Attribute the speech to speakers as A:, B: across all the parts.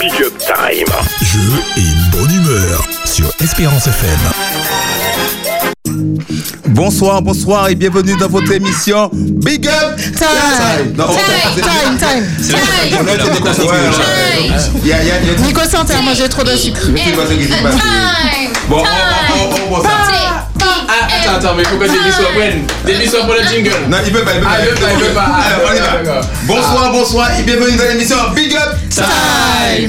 A: Big Up Time.
B: Jeu et bonne humeur sur Espérance FM.
C: Bonsoir, bonsoir et bienvenue dans votre émission Big Up Time. Non, on fait pas-
D: Time, time, time.
C: on a été déconcentré.
E: Ouais,
C: Il y a- il y a- il y a-
D: Nico Santé a mangé trop de sucre.
C: Je sais pas ce qui s'est passé. Bon, on- on- on- on voit ça.
E: Ah, attends, attends, mais pourquoi Debbie soit bonne Debbie soit pour le jingle
C: Non, il peut pas, il peut
E: Ah, il peut
C: pas.
E: pas, il peut pas. Ah,
C: Alors, on y va.
E: d'accord, d'accord.
C: Bonsoir, bonsoir et bienvenue dans l'émission Big Up Time.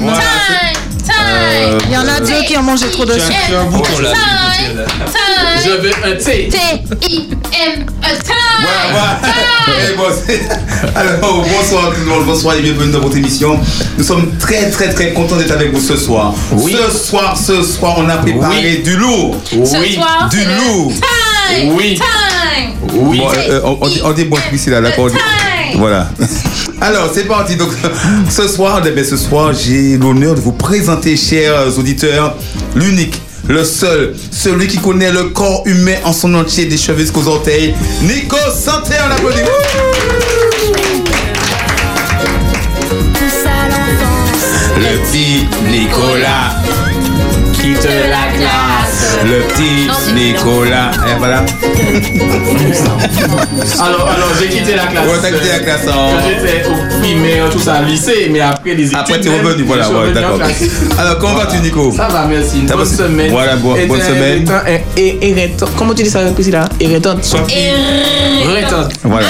C: Voilà, c'est-
F: Time,
D: Il y en a deux qui ont mangé trop de sucre.
C: c'est un bout qu'on l'a.
F: time, time.
E: Je veux un thé
F: T-I-M, a
C: Voilà,
F: time.
C: voilà. Eh, bon, c'est- Alors, bonsoir tout le monde, bonsoir et bienvenue dans votre émission. Nous sommes très très très contents d'être avec vous ce soir. Ce soir, ce soir, on a préparé du lourd.
F: Ce soir,
C: Du
F: c'est le
C: lourd.
F: Time,
E: Oui.
F: time.
E: Oui
C: Bon, euh, on, on dit, on dit bon, oui, c'est là, d'accord. on dit-
F: Time.
C: Voilà. Alors, c'est parti. Donc, ce soir, eh bien, ce soir, j'ai l'honneur de vous présenter, chers auditeurs, l'unique, le seul, celui qui connaît le corps humain en son entier, des cheveux jusqu'aux orteils, Nico Santé, on l'applaudit. Le petit Nicolas,
E: Qui te la
C: le petit Nicolas. Et voilà.
E: Alors, alors j'ai quitté la classe.
C: Ouais, t'as quitté la classe, hein.
E: Quand j'étais au primaire, tout ça, au lycée, mais après les études.
C: Après, t'es
E: même,
C: revenu.
E: je
C: Voilà,
E: suis
C: ouais,
E: revenu en
C: d'accord.
E: classe.
C: Alors, comment vas-tu, Nico
E: Ça va, merci. Une
C: Ça va,
E: bonne
C: c'est-
E: semaine.
C: voilà, bon-
E: Et
C: bonne
E: t'es
C: semaine.
E: irritant- et- et- irritant- Comment tu dis ça, Priscilla Irritante. Irritante.
C: Voilà.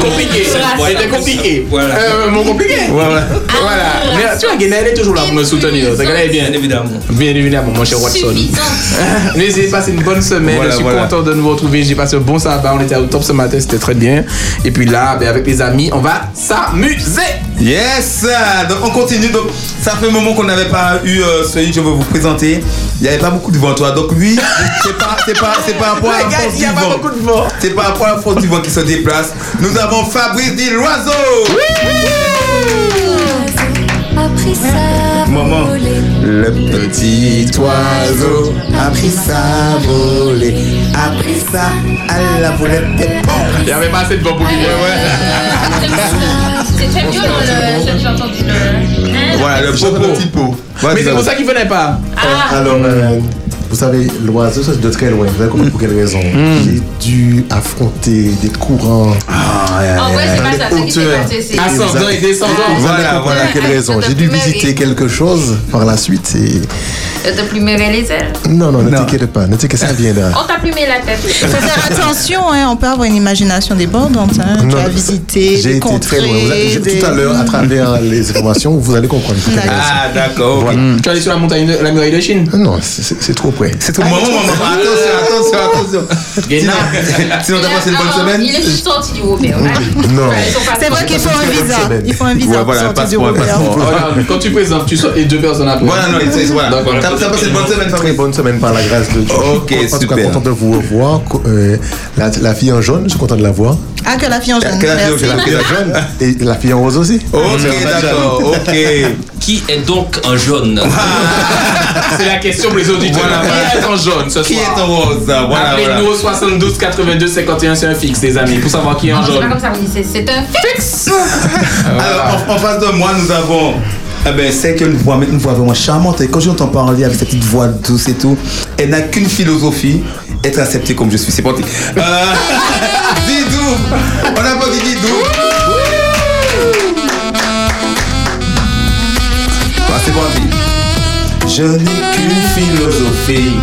E: Compliqué. C'était compliqué.
G: Voilà.
E: Euh, Mon compliqué.
C: Voilà.
E: Voilà. Mais tu vois, Guénel est toujours là pour me soutenir. Ça, Guénel est bien.
G: Évidemment.
E: Bien évidemment, mon cher Watson.
F: Suffisant.
E: N'hésitez pas, c'est une bonne semaine.
C: Voilà,
E: je suis
C: voilà.
E: content de nous retrouver. J'ai passé un bon sabbat. On était au top ce matin, c'était très bien. Et puis là, ben, avec les amis, on va s'amuser.
C: Yes Donc on continue. Donc ça fait un moment qu'on n'avait pas eu euh, celui que je veux vous présenter. Il n'y avait pas beaucoup de vent toi. Donc lui, c'est pas c'est pas c'est par rapport à la
E: Les gars,
C: force
E: il
C: du
E: n'y a pas beaucoup
C: vent.
E: de vent.
C: C'est par rapport à la force du vent qui se déplace. Nous avons Fabrice dit l'oiseau. Maman, le petit oiseau a pris sa volée, a pris ça à la volette.
E: Il n'y avait pas assez de vent pour lui.
F: C'est très violent, le- j'ai entendu le. Hein
C: Voilà le beau petit pot.
E: Mais c'est pour ça qu'il venait pas.
F: Ah,
H: Alors, euh, vous savez, l'oiseau, ça c'est de très loin. Vous avez compris pour quelle raison J'ai dû affronter des courants.
F: en vrai, c'est pas ça, c'est qui s'est
H: Hauteur.
F: passé. c'est-
E: Ascendant et descendant.
H: Vous avez
C: Voilà,
H: compris
C: voilà.
H: pour quelle raison J'ai dû
F: Mais oui.
H: visiter quelque chose par la suite et...
F: Je te plumerai les ailes.
H: Non, non, ne t'inquiète pas, ne t'inquiète ça viendra.
D: Oh,
F: On t'a plumé la tête.
D: Faut faire attention, hein, on peut avoir une imagination débordante. hein. Tu
H: Non,
D: as
H: non.
D: visité,
H: J'ai
D: des
H: été très loin. Vous avez-
D: contrées, des-
H: Tout à l'heure, à travers les informations, vous allez comprendre pour quelle raison.
C: Ah d'accord. ok.
E: Tu es allé sur la montagne, de, la muraille de Chine.
H: Ah, Non, c'est- c'est c'est trop près.
C: C'est tout. Maman, maman, attention, attention, attention.
E: Guénel.
C: Sinon, t'as passé une bonne
F: Ah,
C: semaine
F: Il est juste sorti du Robert.
H: Non.
D: C'est vrai qu'il faut un visa. Il faut un visa
C: Ouais, voilà,
D: pour sortir du
C: passeport,
D: Robert.
C: passeport.
E: Oh, Regarde, quand tu présentes, tu sors et deux personnes après.
C: Voilà, non, c'est- voilà.
E: Donc, voilà.
C: T'as t'as passé une bonne semaine,
H: Très
C: Fabrice.
H: bonne semaine par la grâce de Dieu.
C: Ok,
H: en tout cas,
C: super.
H: content de vous revoir. Co- euh, la, la fille en jaune, je suis content de la voir.
D: Ah, que la fille en jaune.
C: Que la fille en jaune,
D: merci.
H: La fille en jaune et la fille en rose aussi.
C: Ok, d'accord,
E: Oh.
C: ok. Ah.
G: Qui est donc en jaune
E: C'est la question pour les auditeurs.
C: Voilà,
E: Qui est en jaune ce soir
C: Qui est en rose Voilà, voilà.
E: Appelez-nous au 72 82 51 c'est un fixe les amis pour savoir qui est en
F: C'est pas
E: jaune.
F: comme ça qu'on dit, c'est- c'est un fixe.
H: Ah,
C: Alors, en, en face de moi, nous avons. Eh ben, c'est qu'une voix, mais une voix vraiment charmante. Et quand j'entends parler avec sa petite voix douce et tout, elle n'a qu'une philosophie être acceptée comme je suis. C'est parti. Euh, Didou On a pas dit Didou Ah, C'est parti. Je n'ai qu'une philosophie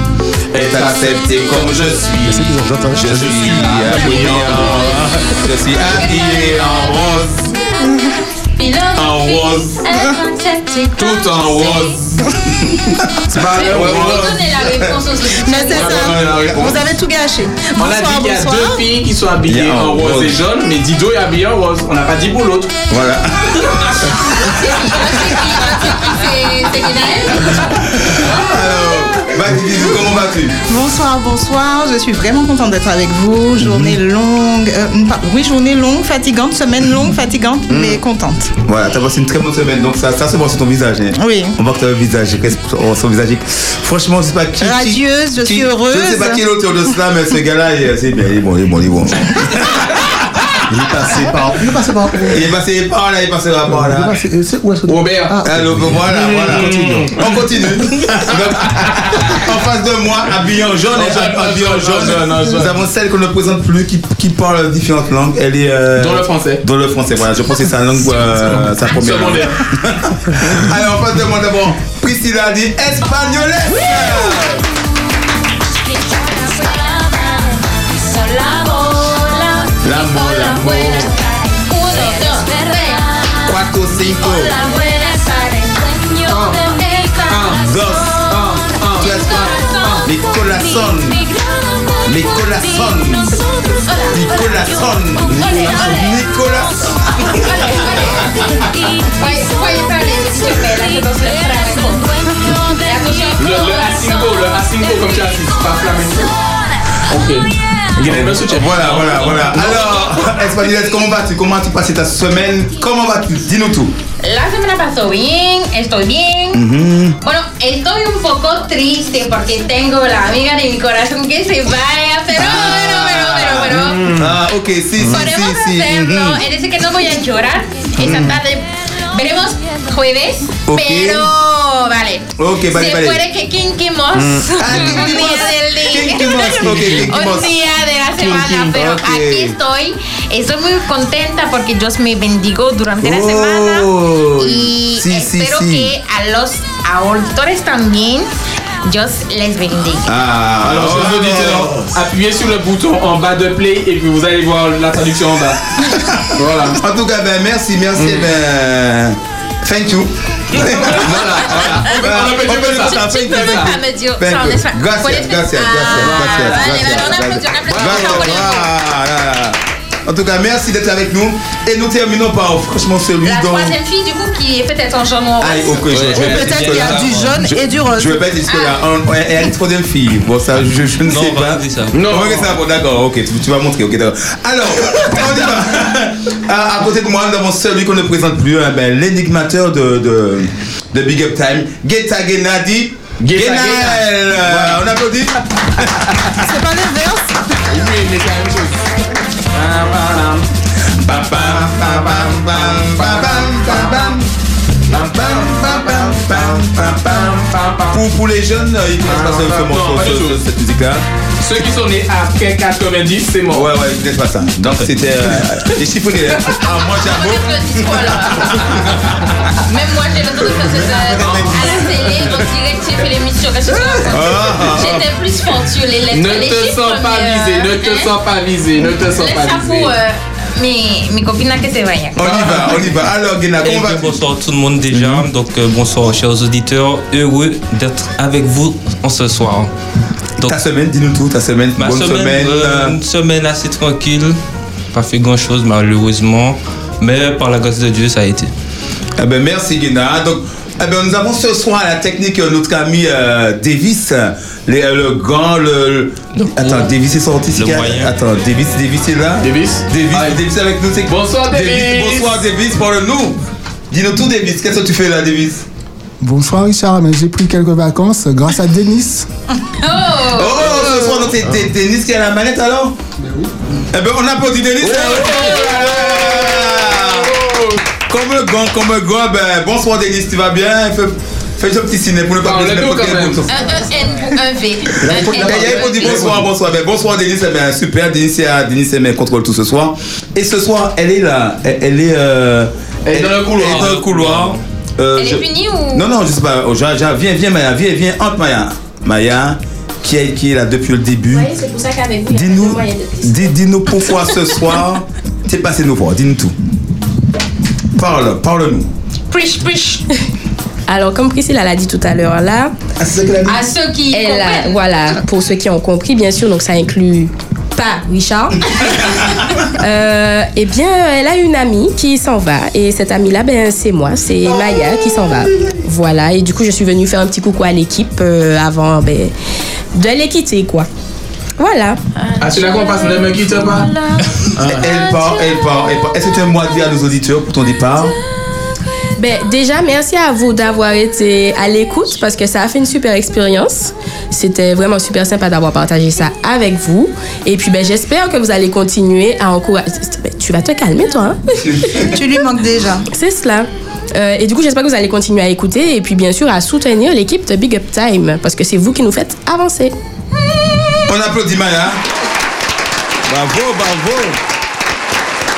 C: être acceptée comme je suis.
H: C'est bizarre, j'entends.
C: Je suis habillé en Je suis habillé en rose. En rose. Tout en Bah, rose. C'est pas
F: Vous donnez la réponse aux
D: Mais c'est
F: auditeurs.
D: ça.
C: ouais, ouais.
D: Vous avez tout gâché.
E: On a dit
D: Bonsoir,
E: qu'il y a
D: bonsoir.
E: deux filles qui sont habillées
C: Il y a un
E: en rose,
C: rose.
E: et jaune, mais Dido est habillé en rose. On n'a pas dit pour l'autre.
C: Voilà.
F: C'est c'est Guénaël.
C: Alors, vas-y, bisous, comment vas-tu
D: Bonsoir, bonsoir. Je suis vraiment contente d'être avec vous. Journée
C: Mhm.
D: longue. euh, pas- oui, journée longue, fatigante. Semaine
C: Mhm.
D: longue, fatigante, mais contente.
C: Voilà, t'as passé une très bonne semaine, donc ça, ça se voit sur ton visage. hein.
D: Oui.
C: On voit que t'as un visage, on oh, son visage. Franchement, je sais pas qui. qui-
D: Radieuse, je
C: qui-
D: suis
C: Je sais
D: heureuse.
C: pas qui est l'auteur de cela, mais ce gars-là, il- c'est bien, il est bon, il est bon, il est bon.
H: Il est passé par. Il est passé par.
C: Il est passé par là, il est passé par
H: Il est
C: là.
H: passé- euh, c'est- où est-ce que-
E: Robert.
H: Ah, Mmh.
C: Alors voilà, voilà. On continue. Donc, en face de moi, habillée en jaune, et
E: jaune,
C: habillée en
E: en jaune,
C: jaune,
E: en jaune.
C: nous avons celle qu'on ne présente plus, qui, qui parle différentes langues. Elle est euh,
E: Dans le français.
C: dans le français. Voilà, je pense que c'est sa langue, euh, sa première. langue.
E: Secondaire.
C: Allez, en face de moi d'abord, Priscilla dit eh. espagnolais.
F: La bola.
C: La bola, bola.
F: Uno, dos, tres.
C: Cuatro, cinco,
F: Hola, buenas tardes. Dueño de mi
C: dos,
F: corazón.
C: tres, mi corazón.
F: Mi gran
C: Mi
F: amor por ti.
C: corazón.
F: Nosotros. Hola,
C: Mi
F: hola.
C: corazón.
F: Ole, ole.
C: Nicolas.
E: Le, le asingo, le asingo comme tu as assis, pas flamenco. Ok. Guinée-Bissau, tu as dit.
C: Voilà, voilà, voilà. Alors, espagnolais, comment vas-tu Comment as-tu passé ta semaine Comment vas-tu Dis-nous tout.
F: La semana pasó bien, estoy bien. Bueno, estoy un poco triste porque tengo la amiga de mi corazón que se vaya, pero bueno, pero, pero, pero.
C: Ah, ok, si, si,
F: Podemos
C: si, si.
F: hacerlo,
C: mhm.
F: es decir, que no voy a llorar esta tarde. Veremos jueves,
C: Mm. Ok.
F: pero vale.
C: Ok, vale,
F: Se
C: vale.
F: puede que quinquimos
C: Ah,
F: un
C: Kinky
F: día del
C: Moss.
F: día.
C: Kinky Moss. Ok, Kinky
F: Un
C: Moss.
F: día de la semana, pero
C: Ok.
F: aquí estoy. Estoy muy contenta porque Dios me bendigo durante la
C: Oh,
F: semana. Y
C: sí, sí,
F: espero
C: sí.
F: que a los auditores también Dios les bendiga.
C: Ah,
E: Alors,
C: alors,
E: chers auditeurs, appuyez sur le bouton en bas de play et puis vous allez voir la traduction en bas. voilà.
C: En tout cas, ben, merci, merci,
E: Mm-hmm.
C: ben. Thank you. voilà,
E: on peut
C: on peut
E: dire
C: dire
E: ça.
C: ça, thank you,
F: Pero
C: thank you.
F: déjame, Dios,
C: Thank
F: son
C: you.
F: espa-
C: Gracias,
F: ¿puedes-
C: gracias,
F: Ah,
C: gracias,
F: vale,
C: gracias,
F: vale, un
C: gracias,
F: aplauso, un aplauso,
C: gracias.
F: por el aplauso.
C: Voilà. En tout cas, merci d'être avec nous. Et nous terminons par franchement celui
F: La
C: dont.
F: troisième fille, du coup, qui est peut-être en jaune
C: Aïe, ok, je, je vais
G: Ouais,
C: pas
D: Peut-être
C: dire
D: qu'il y a
C: ça.
D: du jaune
C: Je-
D: et du rose.
C: Je vais pas dire qu'il y
F: Ah.
C: a un- ouais, et une troisième fille. Bon, ça, je, je ne
G: Non,
C: sais
G: on va
C: pas.
G: regarder ça.
E: Non.
C: On va regarder ça. Bon, d'accord, ok, tu, tu vas montrer, ok, d'accord. Alors, on y va. À, à côté de moi, nous avons celui qu'on ne présente plus, hein, ben, l'énigmateur de, de, de Big Up Time, Geta Genadi.
E: Geta
C: Genel.
E: Gena.
C: Euh, On applaudit.
D: C'est pas l'inverse
E: Oui, mais c'est la même chose.
C: Pam, pam, pam, pam, pam, pam, pam, pam, pam, pam, pam, pam, pam. Pour, pour les jeunes, ils connaissent pas ce, ce
E: Non,
C: morceau,
E: Ah, pas du
C: ce-
E: tout.
C: ce- cette musique-là.
E: Ceux qui sont nés après 90, c'est mort.
C: Ouais, ouais, je laisse pas ça. Donc c'était. Euh, les chiffonniers. hein. Ah, moi
F: On
C: j'avoue.
F: est plein de discours, là. Même moi j'ai l'impression que c'est ça. euh, À la télé, on dirait que j'ai fait l'émission. Qu'est-ce que tu
C: Ah,
F: racontes J'étais plus fentue, les lettres.
E: Ne
F: les
E: te
F: chiffres,
E: sens pas
F: mais, euh,
E: visé, ne
F: hein.
E: te sens pas visé, ne te sens
F: Laisse
E: pas
F: ça
E: visé.
F: pour euh, mes, mes copines que se vayan.
C: On y va, on y va. Mhm. Alors, Guéna,
G: Eh
C: comment
G: bien,
C: vas-tu
G: bonsoir tout le monde déjà. Donc euh, bonsoir chers auditeurs. Heureux d'être avec vous en ce soir. Donc
C: Ta semaine, dis-nous tout, ta semaine.
G: ma
C: bonne
G: semaine,
C: semaine.
G: euh,
C: euh,
G: une semaine assez tranquille. Pas fait grand chose malheureusement. Mais par la grâce de Dieu ça a été.
C: eh ben, merci, Guéna. Donc, eh ben, nous avons ce soir à la technique euh, notre ami euh, Davis, les- euh, le grand, le. le- Attends, Davis est sorti, c'est
G: Le
C: qui a-
G: moyen.
C: Attends, Davis, Davis est là.
E: Davis
C: Davis,
E: Aïe.
C: Davis est avec nous, c'est
E: Bonsoir, Davis.
C: Bonsoir, Davis, parle-nous. Dis-nous tout, Davis. Qu'est-ce que tu fais là, Davis
A: Bonsoir Richard, mais j'ai pris quelques vacances grâce à Denis.
C: Oh, ce soir, donc, c'est Dé- Denis qui a la manette alors Eh ben, on applaudit Denis. oh, Comme un grand, comme un grand, ben, bonsoir Denis, tu vas bien Fais, fais un petit ciné pour ne pas
E: Ah, on l'a vu
C: n'importe
E: quand
C: quel
E: même.
C: bout.
F: Un E, N, un V. Un N,
C: Il y a pour dire
F: un V.
C: bonsoir, bonsoir. Ben, bonsoir Denis, eh ben, super. Denis, eh, Denis eh, ben, contrôle tout ce soir. Et ce soir, elle est là. Elle, elle est. euh,
E: Elle est dans le couloir.
C: Elle est dans le couloir. Euh,
F: Elle
C: je-
F: est punie ou
C: non, non, je sais pas. Oh, Jean- Jean, viens, viens, Maya, viens, viens, entre Maya. Maya, qui est, qui est là depuis le début.
I: c'est pour ça qu'avec vous,
C: Dis-nous dis, dis-nous pourquoi ce soir, t'es passé nous voir. Dis-nous tout. Parle, parle-nous.
F: Prish, prish.
I: Alors, comme Priscilla l'a dit tout à l'heure, là,
H: ah, c'est ça qu'elle a dit
F: À ceux qui
I: elle a-
F: comprennent.
I: voilà, pour ceux qui ont compris, bien sûr, donc ça inclut pas Richard. Euh, eh bien, elle a une amie qui s'en va. Et cette amie-là, ben, c'est moi, c'est Maya qui s'en va. Voilà, et du coup, je suis venue faire un petit coucou à l'équipe euh, avant ben, de les quitter, quoi. Voilà.
E: Ah, tu l'as qu'on passe, ne me quitte pas.
C: Elle part, elle part, elle part. Est-ce que tu as un mot à dire à nos auditeurs pour ton départ
I: Ben, déjà, merci à vous d'avoir été à l'écoute parce que ça a fait une super expérience. C'était vraiment super sympa d'avoir partagé ça avec vous. Et puis, ben, j'espère que vous allez continuer à encourager. Ben, tu vas te calmer, toi. hein?
D: Tu lui manques déjà.
I: C'est cela. Euh, et du coup, j'espère que vous allez continuer à écouter et puis, bien sûr, à soutenir l'équipe de Big Up Time parce que c'est vous qui nous faites avancer.
C: On applaudit Maya. Bravo, bravo.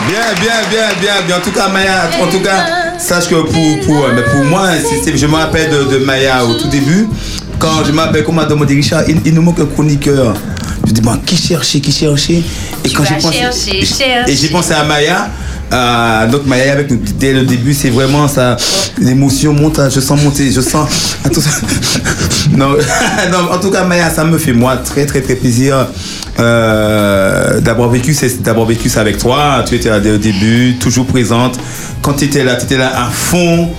C: Bien, bien, bien, bien, bien. En tout cas, Maya, en tout cas, sache que pour, pour, euh, mais pour moi, c'est- c'est- je me rappelle de, de Maya au tout début. Quand je m'appelle, qu'on m'a demandé Richard, il, il nous manque un chroniqueur. Je dis, bon, qui chercher, qui chercher Et
F: Tu
C: quand
F: vas
C: j'ai pensé,
F: chercher,
C: et-
F: chercher.
C: Et j'ai pensé à Maya. euh, donc Maya est avec nous dès le début, c'est vraiment ça. L'émotion monte, hein, je sens monter, je sens. Attends, non, non, en tout cas Maya, ça me fait moi très très très plaisir euh, d'avoir vécu, c'est- d'avoir vécu ça avec toi. Tu étais là dès le début, toujours présente. Quand tu étais là, tu étais là à fond.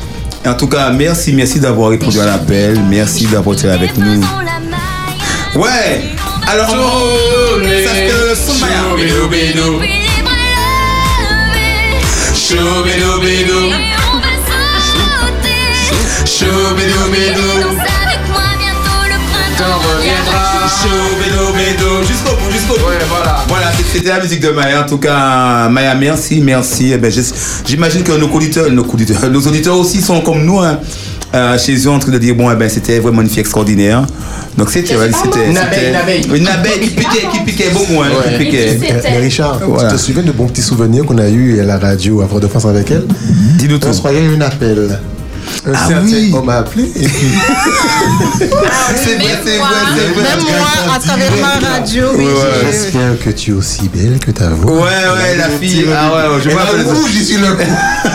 C: En tout cas, merci, merci d'avoir répondu à l'appel, merci d'avoir été là avec nous. Ouais. Alors, on va- ça fait le son de Maya.
E: Choubidou, choubidou, bidou, choubidou, bidou, on reviendra. Choubidou, bidou.
C: Jusqu'au bout, jusqu'au bout.
E: Ouais, voilà.
C: Voilà, c'est- c'était la musique de Maya. En tout cas, Maya, merci, merci. Eh ben, j'es- J'imagine que nos auditeurs, nos auditeurs, nos auditeurs aussi sont comme nous. hein, euh, chez eux en train de dire bon eh ben c'était vraiment une fille extraordinaire hein. donc c'était c'était c'était-
E: Une abeille, une abeille.
C: une abeille qui piquait qui piquait beaucoup hein, qui
E: Ouais.
C: piquait
H: Eh, Mais Richard,
C: Voilà.
H: tu te souviens de bons petits souvenirs qu'on a eu à la radio à Fort-de-France avec elle
C: Mm-hmm. dis-nous tout Ah
H: On se croyait un appel. Un certain
C: oui.
H: homme a appelé et puis
C: c'est vrai c'est vrai c'est vrai
D: Même moi, à travers ma radio, oui. j'ai-
H: j'espère que tu es aussi belle que ta voix.
C: ouais ouais la fille ah ouais, ouais je vois
H: Elle a rouge, j'y suis le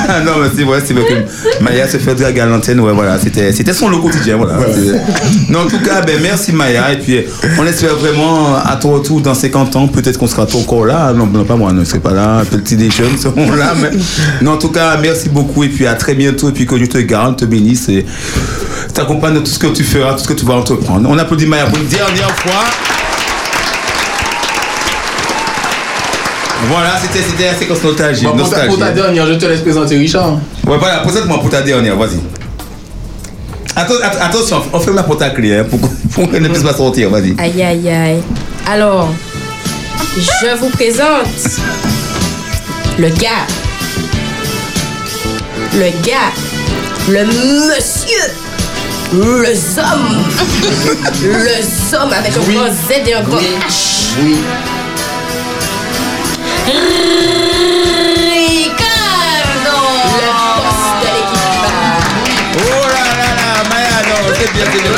C: Ah non, mais c'est vrai, c'est vrai que Maya se fait draguer à l'antenne. Ouais, voilà, c'était c'était son lot quotidien. Voilà. C'est- Non, en tout cas, ben, merci Maya. Et puis, euh, on espère vraiment à ton retour dans 50 ans. Peut-être qu'on sera encore là. Non, non, pas moi, ne serai pas là. Petit des jeunes seront là. Mais... Non, en tout cas, merci beaucoup. Et puis, à très bientôt. Et puis, que Dieu te garde, te bénisse et t'accompagne dans tout ce que tu feras, tout ce que tu vas entreprendre. On applaudit Maya pour une dernière fois. Voilà, c'était c'était la séquence nostalgie.
E: Bon, pour ta-
C: nostalgie.
E: pour ta dernière, je te laisse présenter Richard.
C: Ouais, voilà, présente-moi pour ta dernière, vas-y. Attends, att- attention, on ferme la porte à clé hein, pour, qu'on- pour qu'elle ne puisse pas sortir, vas-y.
I: Aïe, aïe, aïe. Alors, je vous présente le gars, le gars, le monsieur, le homme, le homme avec un grand Z et un grand H. Le boss de
C: Oh
I: l'équipe.
C: là là là, Maya, Ah non, c'est bien, c'est bien.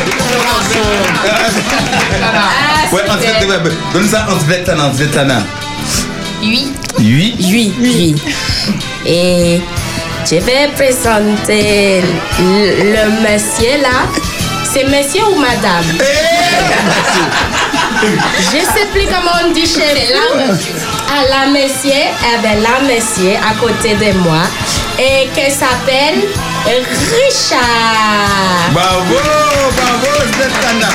F: Ah,
C: Ouais, en fait, ouais, donne ça en Svetlana, en Svetlana.
F: Oui.
C: Oui.
I: Oui, oui. Et je vais présenter le, le monsieur là. C'est monsieur ou madame Je sais plus comment on dit chez là. À la monsieur, eh ben la monsieur à côté de moi. Et qu'elle s'appelle
F: Ah.
I: Richard.
C: Bravo, bravo, Svetlana.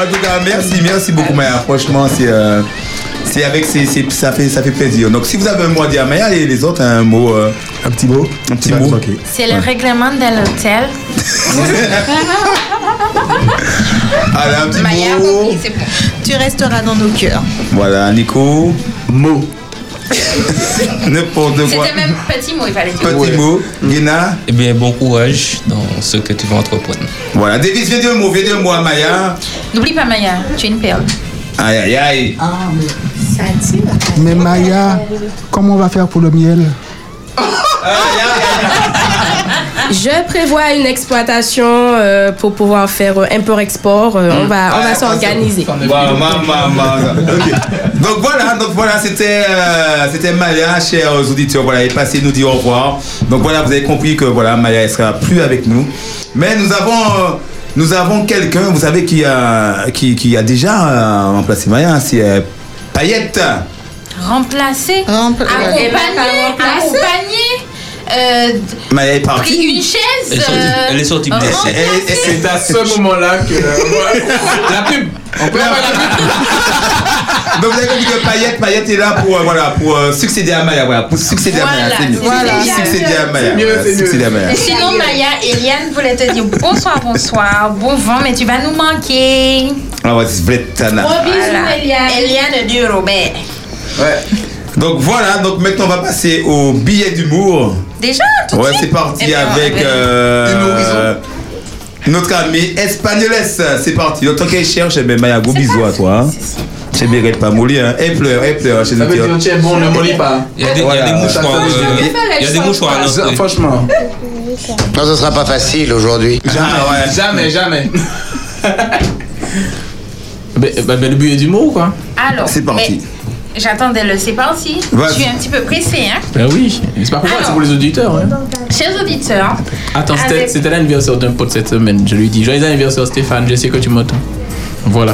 C: En tout cas, merci, merci beaucoup, Maya. Franchement, c'est. euh, c'est avec, c'est- c'est- ça, fait, ça fait plaisir. Donc, si vous avez un mot à dire à Maya, et les autres, un mot. euh,
H: Un petit mot
C: Un petit
H: Tu vas
C: mot.
H: te manquer.
F: C'est le règlement de l'hôtel.
C: allez, un petit
D: Maya,
C: mot.
D: oui, c'est bon. Tu resteras dans nos cœurs.
C: Voilà, Nico.
E: Mot.
C: N'importe quoi.
F: C'était même petit mot, il fallait dire.
C: Petit mot, Guéna.
G: Eh bien, bon courage dans ce que tu vas entreprendre.
C: Voilà, Davis, viens dire un mot, viens dire un mot à Maya.
F: N'oublie pas Maya, tu es une perle.
C: Aïe, aïe, aïe.
A: Mais Maya, comment on va faire pour le miel
I: Je prévois une exploitation euh, pour pouvoir faire euh, import-export. Euh, on va, on va s'organiser.
C: Wow, maman, maman. Ok. Donc voilà, donc voilà, c'était euh, c'était Maya, chers auditeurs. Voilà, elle est passée nous dire au revoir. Donc voilà, vous avez compris que voilà, Maya ne sera plus avec nous. Mais nous avons euh, nous avons quelqu'un, vous savez qui a qui, qui a déjà euh, remplacé Maya, c'est euh, Payette.
F: Remplacer.
D: Rempla-
F: Accompagner.
I: Eh ben, pas remplacer.
F: Accompagner. euh,
C: Maya est
F: pris
C: partie.
F: une chaise.
G: Elle est sortie-
F: euh,
G: elle est sortie
F: euh,
G: blessée.
F: remplacée.
C: Elle- elle-
E: C'est à ce moment-là que. euh, la pub On peut avoir la pub
C: Donc vous avez compris que Payette, Payette est là pour, euh, voilà, pour euh, succéder à Maya. Voilà, pour succéder à Maya.
F: Voilà,
C: c'est mieux.
F: voilà.
C: Succéder à Maya.
E: C'est mieux,
C: voilà,
E: c'est mieux.
C: Succéder à Maya.
F: Sinon, Maya, Eliane voulait te dire bonsoir, bonsoir, bon vent, mais tu vas nous manquer.
C: Ah ouais, c'est vrai, Tana.
F: Voilà. Eliane du Robert.
C: Ouais. Donc voilà, donc maintenant on va passer au billet d'humour.
F: Déjà, tout de
C: Ouais,
F: suite
C: c'est
F: Eh
C: parti
F: bien,
C: avec
F: eh bien.
C: euh,
H: Humorisons.
C: euh, notre ami Espagnoles. C'est parti. Donc, tant qu'elle cherche, eh ben Maya, gros bisous à toi. hein. Chez Bérette pas molli, hein. Elle pleure, elle pleure chez
E: Ça
C: nous.
E: veut dire, tu es bon, ne mollis pas.
G: Il y a des,
C: Voilà.
G: il y a des mouchoirs.
E: Ça, ça,
G: euh,
E: je
G: il y a des mouchoirs hein. à
E: Ça,
G: l'entrée.
E: Franchement,
J: Non, ce sera pas facile aujourd'hui.
C: Ah ouais.
E: jamais, jamais. Ben, ben, ben, le but est du mot, quoi.
F: Alors,
C: C'est parti.
F: mais J'attendais le c'est parti.
C: Vas-y.
F: Je suis un petit peu pressée. Hein.
E: Ben oui, c'est pas pour moi,
F: Alors.
E: c'est pour les auditeurs. hein.
F: Chers auditeurs,
E: Attends,
F: Avec-
E: c'était c'était l'anniversaire d'un pote cette semaine. Je lui dis Joyeux anniversaire, Stéphane, je sais que tu m'entends. Voilà.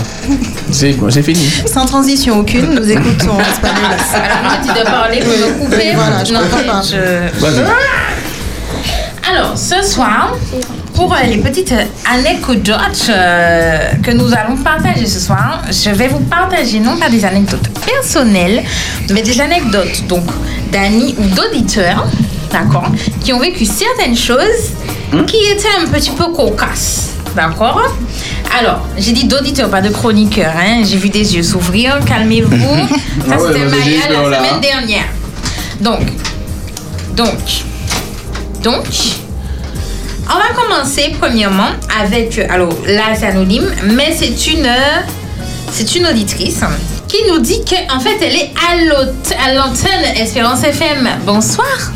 E: C'est bon, j'ai fini.
D: Sans transition aucune, nous écoutons Espagnolas.
F: alors on me dit de parler, vous me coupez.
D: Voilà, je
F: Non,
D: comprends
F: mais
D: pas.
F: je-
C: Vas-y.
F: Alors, ce soir, pour euh, les petites euh, anecdotes euh, que nous allons partager ce soir, je vais vous partager non pas des anecdotes personnelles, mais des anecdotes donc d'amis ou d'auditeurs, d'accord, qui ont vécu certaines choses qui étaient un petit peu cocasses, d'accord alors, j'ai dit d'auditeurs, pas de chroniqueurs. Hein. J'ai vu des yeux s'ouvrir. Calmez-vous. Ça,
E: Ah ouais,
F: c'était
E: moi, j'ai eu
F: Maya la
E: peur, là.
F: semaine dernière. Donc, donc, donc, on va commencer premièrement avec, euh, alors là c'est anonyme, mais c'est une, euh, c'est une auditrice hein, qui nous dit qu'en fait elle est à l'hôte- à l'antenne Espérance FM. Bonsoir.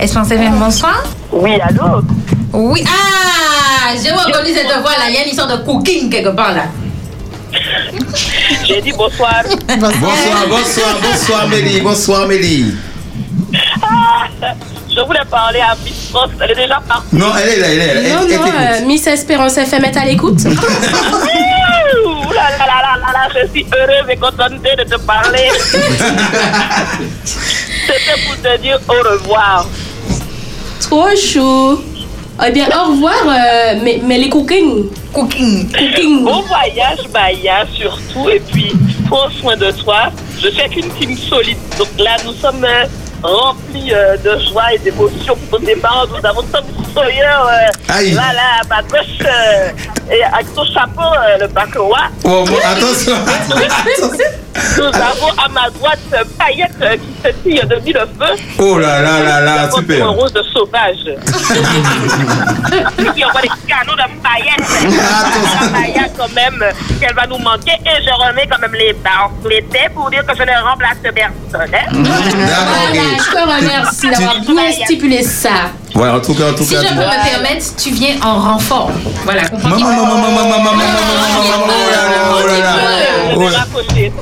F: Espérance FM, bonsoir.
K: Oui, allô
F: Oui, ah, j'ai reconnu cette voix là, il y a une histoire de cooking quelque part là.
K: J'ai dit bonsoir.
C: Bonsoir, bonsoir, bonsoir Mélie, bonsoir Mélie.
K: Je voulais parler à Miss France. Elle est déjà partie.
C: Non, elle est là, elle est là. Elle,
I: Non,
C: elle
I: non,
C: t'écoute.
I: euh, Miss Espérance FM est à l'écoute.
K: Ouh là là là là là là, je suis heureuse et contente de te parler. C'était pour te dire au revoir.
I: Trop chaud. Eh bien, au revoir, euh, mais, mais les cooking.
F: Cooking.
I: Cooking.
K: Bon voyage, Maya, surtout. Et puis, prends soin de toi. Je sais qu'une team solide. Donc là, nous sommes euh, remplis euh, de joie et d'émotion pour nos départ. Nous avons Tom Sawyer euh,
C: Aïe.
K: là, là, à ma gauche, euh, et avec son chapeau, euh, le Bakawa.
C: Oh, bon, attention, attention.
K: Nous avons à ma droite euh, Payette euh, qui se tire de mille feux.
C: Oh là là là là,
K: Nous avons
C: super.
K: un rose de sauvage. Et puis on voit les canons de Payette.
C: Attention.
K: La Payette quand même, euh, qu'elle va nous manquer. Et je remets quand même les barres l'été pour dire que je ne remplace personne. hein.
C: D'accord,
I: Voilà,
C: ok.
I: je te remercie d'avoir bien stipulé ça.
C: Voilà, en tout cas, en tout
F: Si
C: cas.
F: je
C: en
F: peux
C: tout cas.
F: me permettre, tu viens en renfort. Voilà, comprends
C: Maman, maman, maman, maman, maman, maman, maman, maman, oh là là, oh là là.
K: Je
C: Oh
K: vais
C: là.
K: raccrocher.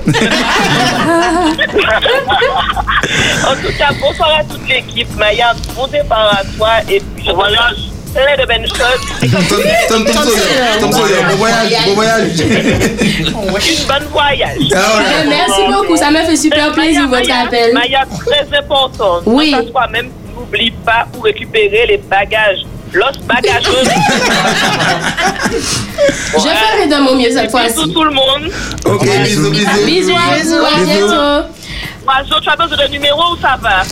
K: en tout cas, bonsoir à toute l'équipe. Maya, bon départ à toi. Et puis, je voyage plein de bonnes choses. Et comme
C: Tom, Tom, Tom Sawyer, Tom Sawyer, bon voyage, bon voyage.
K: une bonne voyage.
C: Ah ouais.
I: Eh, Merci beaucoup, ça me fait super plaisir votre
K: Maya,
I: appel.
K: Maya, très important.
I: Oui.
K: Pense à toi-même, n'oublie pas où récupérer les bagages. Los bagageuses.
I: Je ferai de mon mieux cette
K: Bisous
I: fois-ci.
K: tout le monde.
C: Ok, bisous, bisous.
I: Bisous, à vous, à
C: Bisous.
I: bientôt.
K: Moi, Jo, tu as besoin de numéro ou ça va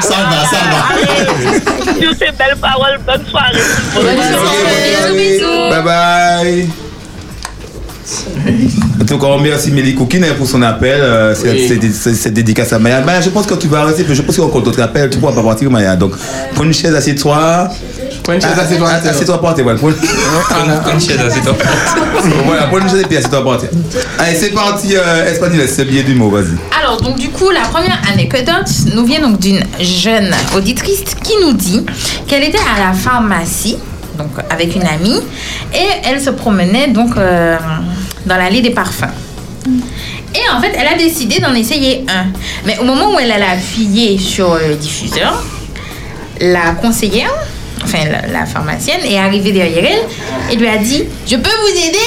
C: Ça va, ça va.
K: Allez, sur ces belles paroles, bonne soirée.
C: Ok,
I: Bonne soirée.
C: bonne soirée. Bye bye. Donc on remercie Mélie Koukine pour son appel, euh, c'est-
E: Oui.
C: c'est- c'est c'est dédicace à Maya. Maya, je pense que tu vas arrêter, parce que je pense qu'il y a encore d'autres appels, tu pourras pas partir Maya. Donc prends une chaise, assieds-toi.
E: Prends une chaise,
C: Ah,
E: assieds-toi,
C: ah,
E: assieds-toi.
C: Assieds-toi, portez, voilà. Prends-
G: Une chaise, là, c'est top.
C: Voilà, prends une chaise et puis assieds-toi, portez. Allez, c'est parti, euh, Espagnol, c'est le billet du mot, vas-y.
F: Alors, donc, du coup, la première anecdote nous vient donc d'une jeune auditrice qui nous dit qu'elle était à la pharmacie, donc avec une amie, et elle se promenait donc euh, dans l'allée des parfums. Et en fait, elle a décidé d'en essayer un. Mais au moment où elle allait appuyer sur le diffuseur, la conseillère, enfin la, la pharmacienne, est arrivée derrière elle et lui a dit Je peux vous aider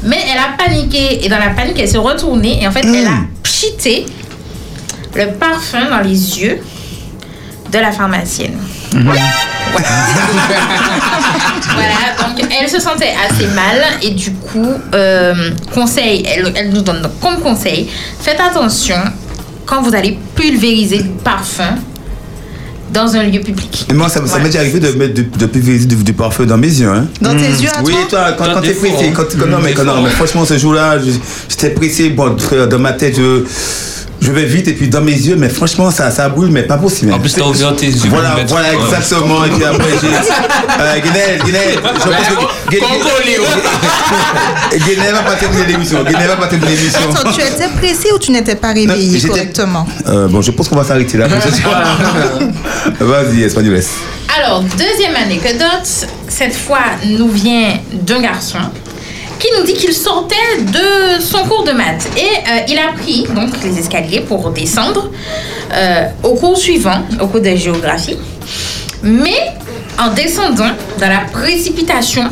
F: Mm. Mais elle a paniqué. Et dans la panique, elle s'est retournée et en fait, elle a pchité le parfum dans les yeux de la pharmacienne. Voilà, donc elle se sentait assez mal et du coup, euh, conseil, elle, elle nous donne donc comme conseil, faites attention quand vous allez pulvériser du parfum dans un lieu public.
C: Et moi, ça, ça m'est déjà arrivé de mettre du, de pulvériser du, du parfum dans mes yeux. hein.
F: Dans tes
C: Mm.
F: yeux à
C: Oui, toi, quand, quand t'es pressé. Quand,
E: hein.
C: quand- non, mais, quand- non, mais franchement, ce jour-là, je- j'étais pressé. Bon, pff, dans ma tête, je, je vais vite. Et puis dans mes yeux, mais franchement, ça, ça brûle, mais pas possible. En plus,
G: t'as ouvert tes yeux.
C: Voilà,
G: pour mettre-
C: voilà,
G: Ouais.
C: exactement. Et puis après, j'ai. Euh, Guinel, Guinel, je pense que. Guinel- Guinel va pas terminer l'émission. Guinel va pas terminer l'émission.
D: Attends, tu étais pressé ou tu n'étais pas réveillé
C: j'étais-
D: correctement
C: Euh, bon, je pense qu'on va s'arrêter là. pour ce soir. Vas-y, Espagnoles.
F: Alors, deuxième anecdote, cette fois nous vient d'un garçon qui nous dit qu'il sortait de son cours de maths et euh, il a pris donc les escaliers pour descendre euh, au cours suivant, au cours de géographie. Mais en descendant dans la précipitation,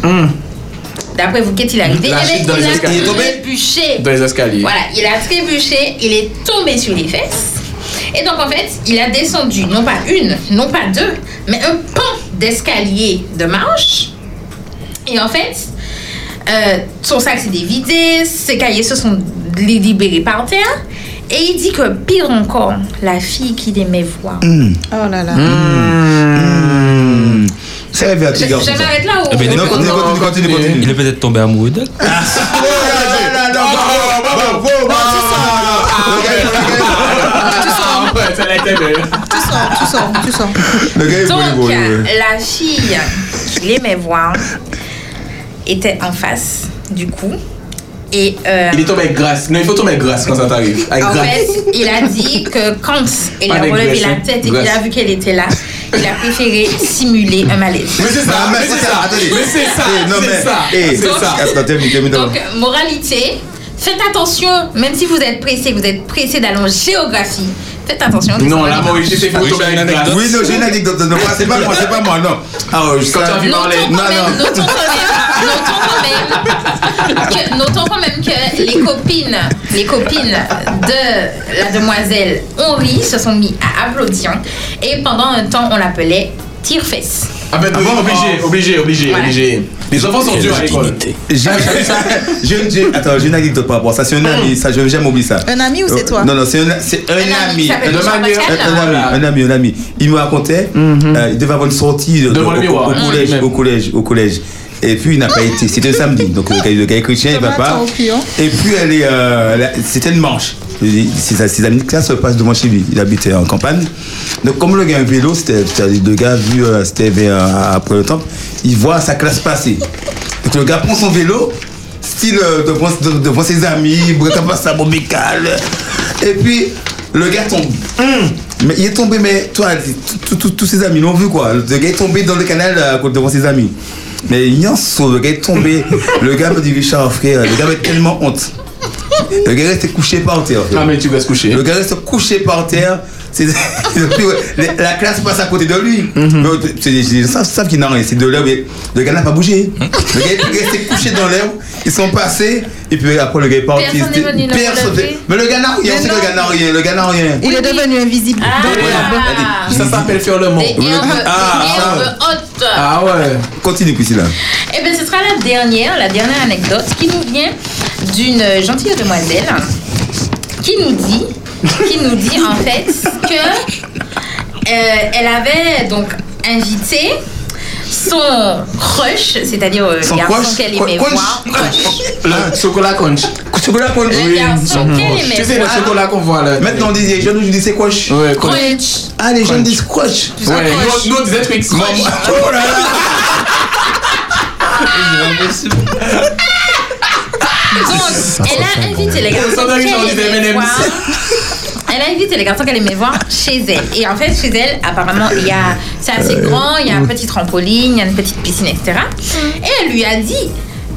F: d'après vous, qu'est-il arrivé
E: Hmm. La
F: Eh ben,
E: chute dans
F: il
E: les
F: a
E: escaliers. Il est tombé
F: trébuché.
E: Dans les escaliers.
F: Voilà, il a trébuché, il est tombé sur les fesses. Et donc en fait, il a descendu non pas une, non pas deux, mais un pan d'escalier de marche. Et en fait, euh, son sac s'est dévidé, ses cahiers se sont li- libérés par terre. Et il dit que pire encore, la fille qu'il aimait voir.
C: Mm.
F: Oh là là.
E: Hmm.
C: Mmh. Hmm. C'est rêvé à
F: Je,
C: petit garçon.
F: je
C: ça.
F: m'arrête là oh. ou
G: Eh ben, il est
C: Non,
G: peut-
C: continue, continue, continue, continue.
G: Il est peut-être tombé amoureux d'elle.
C: 啊
L: 啊
D: Tu sors, tu sors, tu sors.
C: Le gars est
F: Donc,
C: voulu, voulu, voulu.
F: la fille qu'il aimait voir était en face, du coup. Et euh,
E: Il est tombé avec grâce. Non, il faut tomber avec grâce quand ça t'arrive. Avec
F: en
E: grâce.
F: fait, il a dit que quand il
E: Pas
F: a
E: avec
F: relevé
E: graisse,
F: la
E: hein.
F: tête et qu'il
E: Graisse.
F: a vu qu'elle était là, il a préféré simuler un malaise.
C: Mais c'est ça, mais c'est ça, attendez. Eh, non, mais- eh,
F: Donc-
C: Attends, termine, termine d'abord.
F: Donc, moralité, faites attention, même si vous êtes pressé, vous êtes pressé d'aller en géographie, faites attention.
C: Oui,
E: Oui, j'ai une anecdote.
C: Oui, non, j'ai une anecdote. Non, pas- c'est pas moi, c'est pas moi, non. Ah, Alors, je
E: Quand tu as vu
C: Euh, Non,
E: parler.
C: non.
F: Notons quand même, que, notons quand même que les copines, les copines de la demoiselle Henri se sont mis à applaudir et pendant un temps on l'appelait tire-fesse.
E: Ah ben, non, obligé, obligé, obligé, obligé. Les enfants sont
C: Quelle
E: durs à l'école.
C: J'ai- j'ai- j'ai- Attends, j'ai une anecdette par rapport à ça. C'est un ami, ça, je jamais oublier ça.
D: Un ami ou c'est toi
C: Euh, Non, non, c'est un, c'est un ami.
D: qui s'appelle
C: Un,
D: Jean
C: ami,
D: Pascal,
C: un- un
D: là.
C: ami,
D: Voilà.
C: un ami, un ami. Il me racontait, euh, il devait avoir une sortie de-
E: Mhm. Devant
C: au,
E: le
C: au-
E: miroir,
C: au
E: hein,
C: collège, au collège, au collège. Et puis il n'a pas été. C'était le samedi, donc le gars, le gars est chrétien, il va pas.
F: hein.
C: Et puis elle est, euh, elle a- c'était une manche. Je dis, Ses, ses amis de classe passent devant chez lui. Il habitait en campagne. Donc comme le gars a un vélo, c'était c'était les deux gars vus, euh, c'était vers, euh, après le temple, il voit sa classe passer. Donc le gars prend son vélo, style euh, devant, de- devant ses amis, breta pas sa bombicale. Et puis le gars tombe. Mais il est tombé, mais toi, tout- tout- tout- tous ses amis l'ont vu quoi. Le gars est tombé dans le canal euh, devant ses amis. Mais Yanson, le gars est tombé. le gars me dit Richard, frère, le gars avait tellement honte. Le gars restait couché par terre. Ah, mais tu vas se coucher. Le gars reste couché par terre. C'est- la- la classe passe à côté de lui. Mais euh, c'est- Ils savent, savent qu'il n'a rien. C'est de l'herbe. mais Le gars n'a pas bougé. Le gars est resté couché dans l'herbe. Ils sont passés. Et puis après, le gars est parti.
F: Personne n'est venu le
C: Personne-
F: relever.
C: Mais le gars n'a rien.
F: Mais
C: on sait que
F: non.
C: le gars n'a rien. Le gars n'a rien.
D: Il est devenu invisible.
C: Ça s'appelle faire le monde.
F: Et on veut- et on
C: Ah,
F: veut haute.
C: ouais. Continue, Priscilla.
F: Et Eh bien, ce sera la dernière, la dernière anecdote qui nous vient d'une gentille demoiselle qui nous dit, qui nous dit en fait que euh, elle avait donc invité son crush, c'est-à-dire euh, le
E: Son
F: garçon
E: crush
F: qu'elle
E: Cru-
F: aimait
E: crunch
F: voir.
E: Le chocolat conch.
C: Chocolat conch.
F: Le garçon
E: Mhm.
F: qu'elle aimait
E: Tu sais, le
F: voir.
E: chocolat qu'on voit là.
C: Maintenant, on dit les jeunes, je dis c'est quash. Ouais,
F: Crunch.
C: Ah, les jeunes disent quash.
E: Ouais, nous, nous, on disait Twix.
C: Oh là là. Oh
F: Donc, elle a invité les garçons
E: Sans doute, ils ont dit
F: qu'elle
E: des
F: aimait
E: M&M's.
F: voir. Elle a invité les garçons qu'elle aimait voir chez elle. Et en fait, chez elle, apparemment, il y a, c'est assez grand, il y a un petit trampoline, il y a une petite piscine, etc. Et elle lui a dit,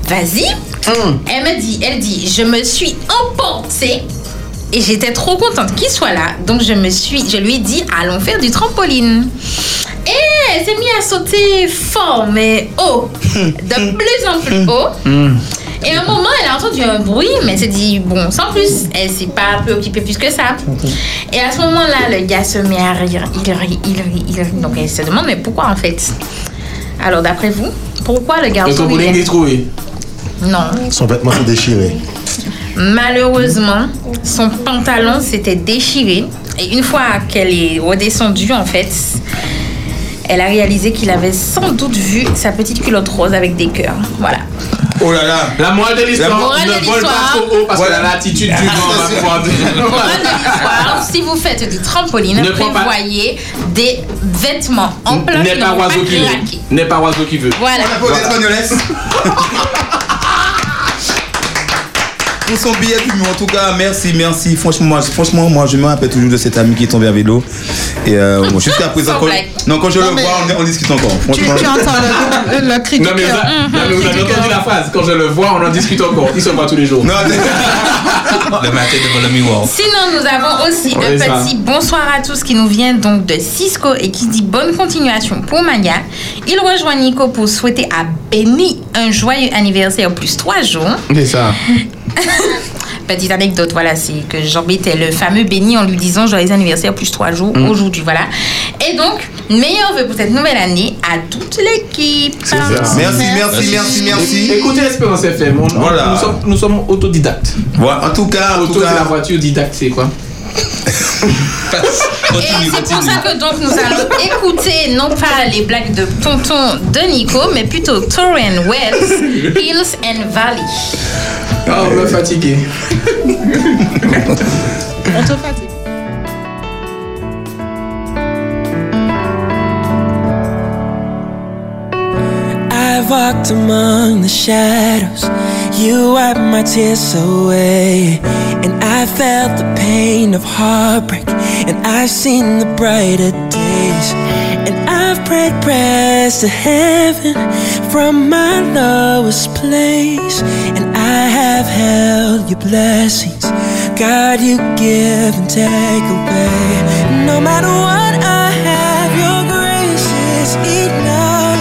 F: vas-y. Elle me dit, elle dit, je me suis emportée. Et j'étais trop contente qu'il soit là, donc je me suis, je lui ai dit, allons faire du trampoline. Et elle
L: 嗯
F: s'est mise à sauter fort, mais haut, de plus en plus haut. Et à un moment, elle a entendu un bruit, mais elle s'est dit, bon, sans plus, elle s'est pas préoccupée plus que ça. Et à ce moment-là, le gars se met à rire, il rit, il rit, il rit. Donc elle se demande, mais pourquoi en fait Alors d'après vous, pourquoi le
E: Le
F: garçon il
E: trampoline
F: est-
E: détruit.
F: Non.
H: Son vêtement s'est déchiré.
F: Malheureusement, son pantalon s'était déchiré. Et une fois qu'elle est redescendue, en fait, elle a réalisé qu'il avait sans doute vu sa petite culotte rose avec des cœurs. Voilà.
C: Oh là là.
E: La morale de l'histoire,
F: Morale de
E: ne vole pas
F: l'histoire.
E: trop haut parce que l'attitude du vent va pouvoir
F: Morale de l'histoire, si vous faites du trampoline,
E: Ne prends pas-
F: prévoyez des vêtements en plein
E: N'est
F: qui ne
E: pas
F: vont
E: oiseau qui
F: craquer.
E: veut. N'est pas oiseau qui veut.
F: Voilà.
C: Pour son billet d'humeur, en tout cas, merci, merci. Franchement, moi, franchement, moi je me rappelle toujours de cet ami qui est tombé à vélo. Et euh, bon, jusqu'à présent,
D: Sans
C: quand,
D: blague.
C: non, quand je
D: Non,
C: le
D: mais-
C: vois, on, on discute encore.
D: Tu,
C: Franchement.
D: tu entends le, le cri
E: Non
D: du
E: mais, vous,
D: cœur.
E: a-
D: Mhm,
E: non, mais vous
D: cri
E: avez
D: du cœur.
E: entendu la phrase, quand je le vois, on en discute encore. Il se voit tous les jours.
G: Le matin devant le miroir.
F: Sinon, nous avons aussi
G: Oui,
F: un
G: ça.
F: petit bonsoir à tous qui nous vient donc de Cisco et qui dit bonne continuation pour Maya. Il rejoint Nico pour souhaiter à Benny un joyeux anniversaire plus trois jours.
E: C'est ça.
F: Petite anecdote, voilà, c'est que j'embêtais le fameux Benny en lui disant joyeux anniversaire plus trois jours
E: Mm.
F: aujourd'hui, voilà. Et donc, meilleurs vœux pour cette nouvelle année à toute l'équipe.
D: Ah.
E: Écoutez Espérance FM. on-
C: Voilà.
E: nous, sommes, nous sommes autodidactes.
C: Voilà, en tout cas, en
E: Auto,
C: tout
E: c'est la
C: cas.
E: voiture, didacte, c'est quoi
F: Et c'est pour ça que donc nous allons écouter non pas les blagues de tonton de Nico, mais plutôt Torrent Wells, Hills and Valley.
E: Oh, on va fatiguer.
D: On te fatigue.
L: I walked among the shadows. You wiped my tears away. And I felt the pain of heartbreak. And I've seen the brighter days. And I've prayed prayers to heaven from my lowest place. And I have held your blessings. God, you give and take away. No matter what I have, your grace is enough.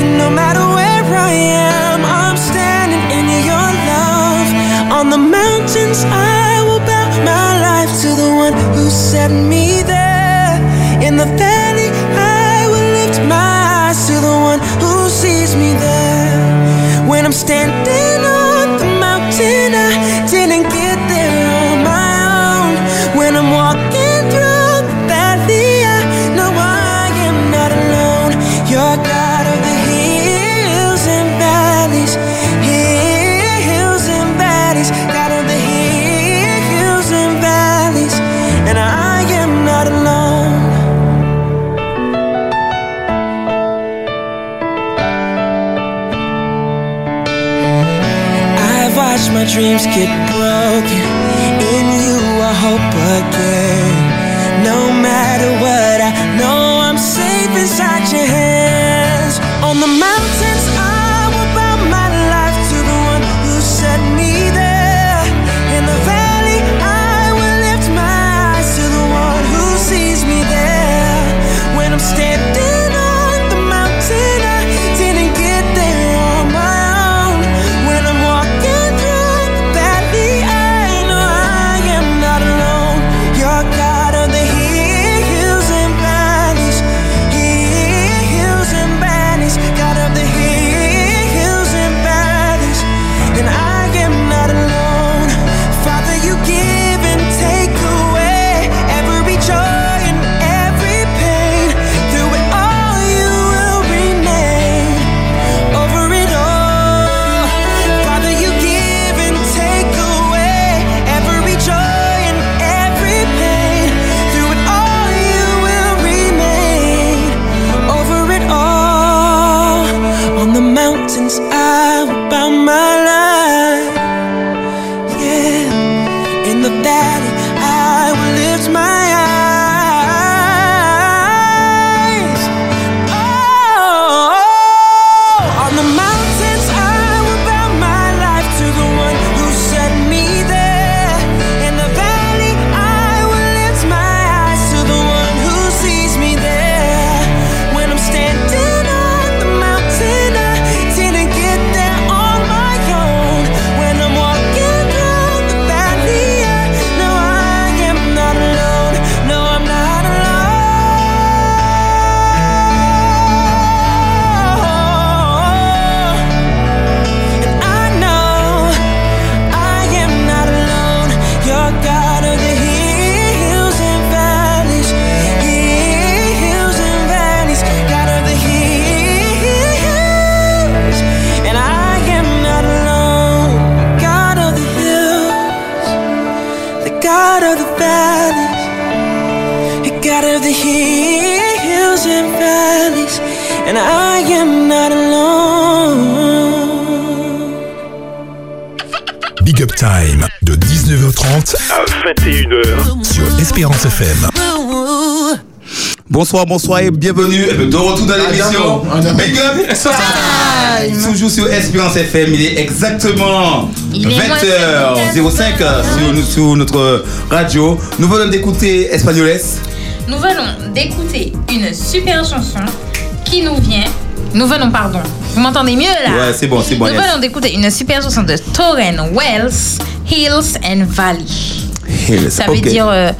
L: And no matter where I am, I'm standing in your love. On the mountains, I will bow my life to the one who set me there. In the valley, I will lift my eyes to the one who sees me there. When I'm standing on the mountain, I didn't get there on my own. When I'm walking through the valley, I know I am not alone. You're God of the hills and valleys, hills and valleys, God of the hills and valleys, and I am not alone. I've watched my dreams get broken. In you, I hope again. No matter what, I know I'm safe inside your hands. On the mountains, I will bow my life to the one who set me there. In the valley, I will lift my eyes to the one who sees me there. When I'm standing on the mountain, I didn't get there on my own. When I'm walking through the valley, I know I am not alone. You're God of the hills and valleys, hills and valleys, God of the Oh, and I am not alone.
B: Big Up Time de 19h30
M: À 21h.
B: sur Espérance FM.
C: Bonsoir, bonsoir et bienvenue de retour dans l'émission. Big up Time Toujours sur Espérance FM, il est exactement
F: Il est
C: 20h05 sur, nous- sur notre radio. Nous venons d'écouter Espagnoles.
F: Nous venons d'écouter une super chanson qui nous vient. Nous venons, pardon. Vous m'entendez mieux là
C: Ouais, c'est bon, c'est bon.
F: Nous
C: yes.
F: venons d'écouter une super chanson de Torren Wells, Hills and Valley.
C: Hills,
F: Ça veut
C: ok.
F: dire euh,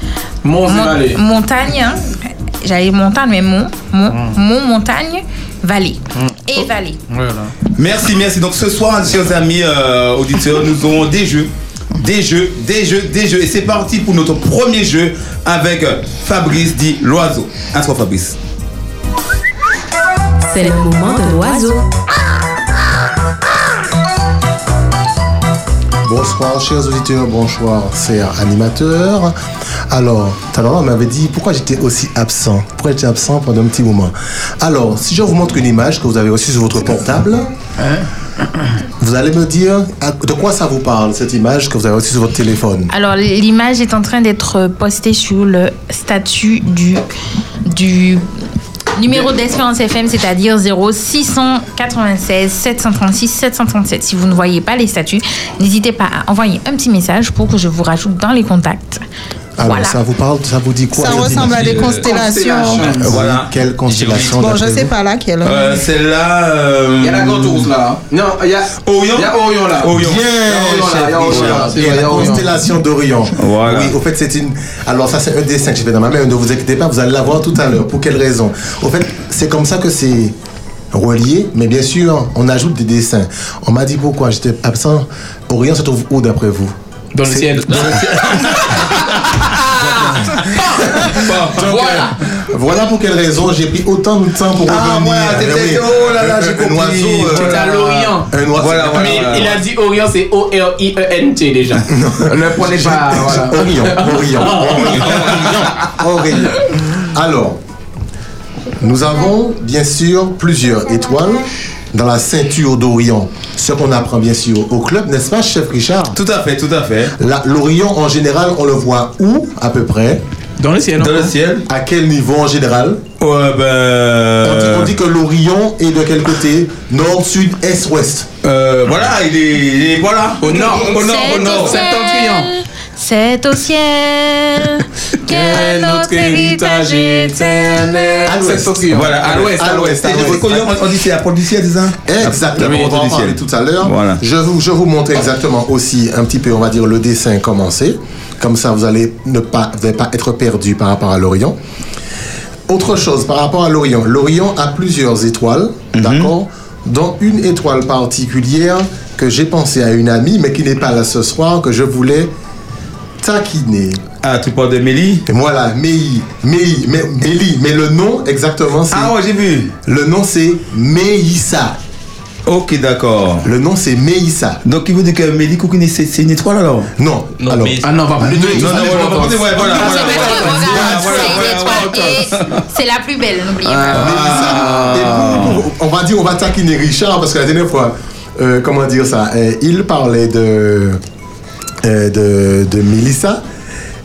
E: Monts et
F: mon-
E: vallées.
F: montagne. hein. J'allais montagne, mais mon, mon, mon montagne, vallée. Et vallée.
C: Merci, merci. Donc ce soir, chers amis euh, auditeurs, nous aurons des jeux. Des jeux, des jeux, des jeux. Et c'est parti pour notre premier jeu avec euh, Fabrice dit l'oiseau. Un soir Fabrice.
N: C'est le moment de l'oiseau.
H: Bonsoir, chers auditeurs, bonsoir, chers animateurs. Alors, tout à l'heure, on m'avait dit pourquoi j'étais aussi absent. Pourquoi j'étais absent pendant un petit moment. Alors, si je vous montre une image que vous avez reçue sur votre portable, vous allez me dire à- de quoi ça vous parle, cette image que vous avez reçue sur votre téléphone.
F: Alors l'image est en train d'être postée sur le statut du, du numéro d'Espérance FM, c'est-à-dire 0696 736 737. Si vous ne voyez pas les statuts, n'hésitez pas à envoyer un petit message pour que je vous rajoute dans les contacts.
H: Alors,
F: Voilà.
H: ça vous parle, ça vous dit quoi
D: Ça
H: cette
D: ressemble à
H: image
D: des constellations.
H: Voilà. Quelle constellation
D: Bon, je
H: d'après
D: sais
H: vous
D: pas laquelle.
C: Euh, Celle-là. euh,
E: Il y a la Gantours là. Non, il y a
C: Orion.
E: Il y a Orion là.
C: Orion.
E: Il y a Orion là. Il y a Orion là. C'est
H: Et
E: vrai, il y
H: la
E: a Orion.
H: constellation d'Orient. Oui, au fait, c'est une. Alors, ça, c'est un dessin que j'ai fait dans ma main. Ne vous inquiétez pas, vous allez la voir tout à l'heure. Pour quelle raison Au fait, c'est comme ça que c'est relié, mais bien sûr, on ajoute des dessins. On m'a dit pourquoi j'étais absent. Orient se trouve où d'après vous
E: Dans le ciel.
C: Bah,
H: voilà. euh, Voilà pour quelle raison j'ai pris autant de temps pour
C: Ah,
H: revenir.
C: voilà,
H: Eh
C: t'étais-
H: oui.
C: oh là là,
H: Un-
C: j'ai
H: un
C: compris.
H: oiseau,
E: C'est à
H: euh,
E: l'Orient.
H: Un oiseau.
E: Mais il a dit Orient, c'est O-R-I-E-N-T E déjà. Ah. Ne prenez pas. voilà.
H: Orient, Orient, Orient, Orient. Alors, nous avons bien sûr plusieurs étoiles dans la ceinture d'Orient. Ce qu'on apprend bien sûr au club, n'est-ce pas, chef Richard
C: Tout à fait, tout à fait.
H: La- L'Orient en général, on le voit où à peu près
E: Dans le ciel.
C: Dans le ciel.
H: À quel niveau en général
C: Ouais, ben.
H: on, dit, on dit que l'Orient est de quel côté Nord, sud, est, ouest.
C: Euh, voilà, il est, il est- Voilà. Au nord, au nord, au
F: C'est au
C: nord.
F: ciel, c'est au ciel, quel autre héritage
H: Ah,
F: éternel.
H: hein.
C: Voilà, à l'ouest, à l'ouest.
H: à
C: Et je
H: l'ouest.
C: reconnais, on- on dit c'est la porte du ciel, c'est ça
H: Exactement,
C: Oui,
H: on va en
C: du ciel.
H: parler tout à l'heure.
C: Voilà.
H: Je, vous, je vous montre exactement aussi un petit peu, on va dire, le dessin commencé. Comme ça, vous allez ne pas, vous allez pas être perdu par rapport à l'Orient. Autre chose par rapport à l'Orient. L'Orient a plusieurs étoiles,
C: Mhm.
H: d'accord Dont une étoile particulière que j'ai pensé à une amie, mais qui n'est pas là ce soir, que je voulais taquiner.
C: Ah, tu parles de Mélie
H: Voilà, Mélie. Mélie, mais, Mélie. Mais le nom, exactement, c'est. Ah
C: ouais, j'ai vu.
H: Le nom, c'est Meïssa.
C: Ok, d'accord.
H: Le nom, c'est Meïssa.
C: Donc, il veut dire que Mélie Koukini, c'est c'est une étoile alors
H: Non.
C: Non,
H: alors-
C: mais-
H: Ah non, on va pas-
C: Non, non,
H: Une
C: non,
H: étoile,
C: non,
H: on va-
C: non, ouais, voilà,
H: Ah,
C: voilà, voilà,
H: c'est vrai,
C: voilà,
H: regarde,
C: voilà,
H: c'est une
C: voilà, voilà.
F: Et c'est la plus belle, n'oubliez pas.
H: Ah. Et pour- on va dire, on va taquiner Richard parce que la dernière fois, euh, comment dire ça, euh, il parlait de, euh, de, de Mélissa.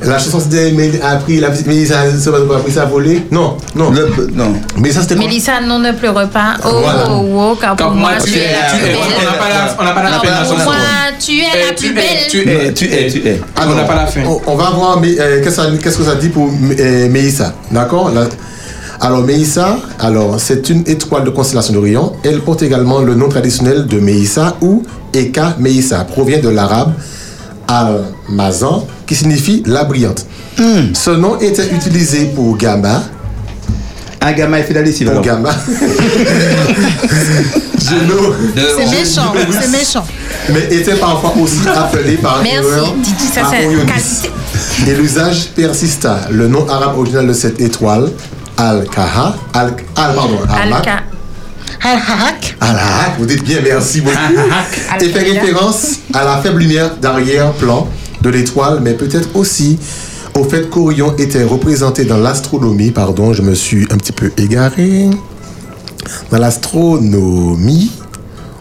H: La chanson c'était Mél- a pris la visite, Mélissa a pris sa volée. Non, non.
C: non.
H: Mais ça c'était quoi
F: Mélissa, non, ne pleure pas. Oh,
H: Voilà.
F: oh, oh, car pour
H: Car
F: moi, tu es la
H: tu
F: plus
H: es-
F: belle.
H: on n'a pas la-
E: on n'a pas la
F: Car
E: peine,
F: pour
E: la
F: moi,
E: chanson.
F: tu es la
E: tu
F: plus
E: es,
F: belle.
E: tu es.
C: tu es, tu es.
E: on n'a pas la fin.
H: On, on va voir mais, euh, qu'est-ce que ça- qu'est-ce que ça dit pour euh, Meïssa. D'accord La- Alors, Meïssa, alors, c'est une étoile de constellation d'Orient. Elle porte également le nom traditionnel de Meïssa ou Eka Meïssa. Provient de l'arabe Al-Mazan, qui signifie la brillante.
C: Hmm.
H: Ce nom était utilisé pour Gamma.
C: Un Gamma Ah, est fidèle ici,
H: Pour Gamma. Genoux.
D: C'est méchant, c'est méchant.
H: Mais était parfois aussi appelé par erreur
D: Merci, Didi, ça
H: à
D: c'est
H: Orionis.
D: qualité.
H: Et l'usage persista. Le nom arabe original de cette étoile, Al-Kaha, Al, Al- pardon, Al-Mak,
D: Alka. Al-Hak.
H: Al-Hak, vous dites bien merci beaucoup. Et fait
D: Al-Qaïda.
H: référence à la faible lumière d'arrière-plan de l'étoile, mais peut-être aussi au fait qu'Orion était représenté dans l'astronomie, pardon, je me suis un petit peu égaré. Dans l'astronomie,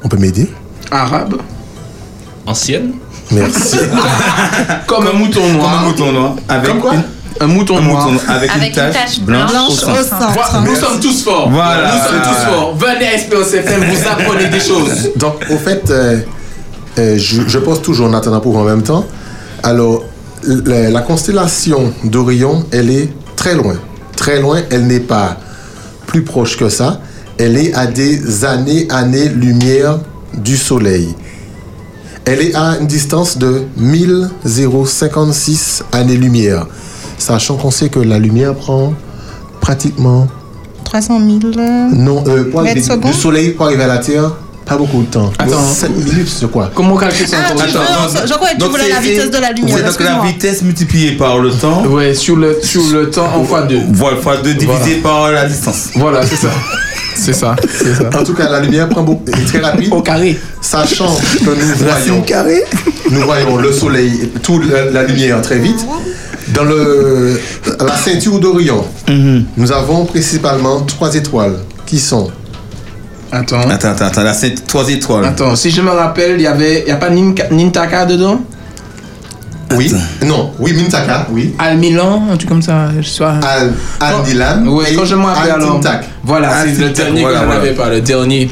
H: on peut m'aider
E: Arabe. Ancienne.
H: Merci.
E: Comme un mouton noir.
C: Comme un mouton noir. Avec
E: Comme quoi un mouton noir.
C: avec, une tache, blanche, au centre.
E: Voilà, nous sommes tous forts.
C: Voilà.
E: Nous sommes
C: Voilà.
E: tous forts. Venez à Espérance FM, vous apprenez des choses.
H: Donc, au fait, euh, euh, je, je pose toujours en attendant pour en même temps. Alors, la, la constellation d'Orion, elle est très loin. Très loin, elle n'est pas plus proche que ça. Elle est à des années, années-lumière du Soleil. Elle est à une distance de 1056 années-lumière. Sachant qu'on sait que la lumière prend pratiquement
D: 300 000. euh,
H: non, euh, pour
D: Mètres
H: arriver du-
D: secondes
H: du soleil pour arriver à la Terre, pas beaucoup de temps.
C: Attends.
H: 7 minutes, je crois.
E: Comment calculer
D: ça Ah, encore tu veux- je crois que tu voulais la vitesse de la lumière,
C: C'est donc la
D: excuse-moi.
C: vitesse multipliée par le temps.
E: Ouais, sur le, sur le temps en fois 2.
C: Voilà, fois 2 divisé par la distance.
E: Voilà, c'est ça. C'est ça.
H: En tout cas, la lumière prend beaucoup, est très rapide. Au
E: carré.
H: Sachant que nous voyons, nous voyons le soleil, toute la, la lumière très vite. Dans le, la ceinture d'Orion, nous avons principalement trois étoiles qui sont.
E: Attends.
C: Attends, attends, attends, là c'est 3 étoiles.
E: Attends, si je me rappelle, il n'y avait il y a pas Ninka- Nintaka dedans
H: Oui. Non, oui, Mintaka, oui.
E: Al Milan, un truc comme ça, je sais pas.
H: Al, Al Milan
E: Ouais,
H: et
E: quand je me rappelle
H: Al
E: alors.
H: Tintak.
E: Voilà,
H: Al
E: c'est le
H: Tintak,
E: dernier
H: voilà,
E: que je
H: voilà.
E: n'avais pas, le dernier.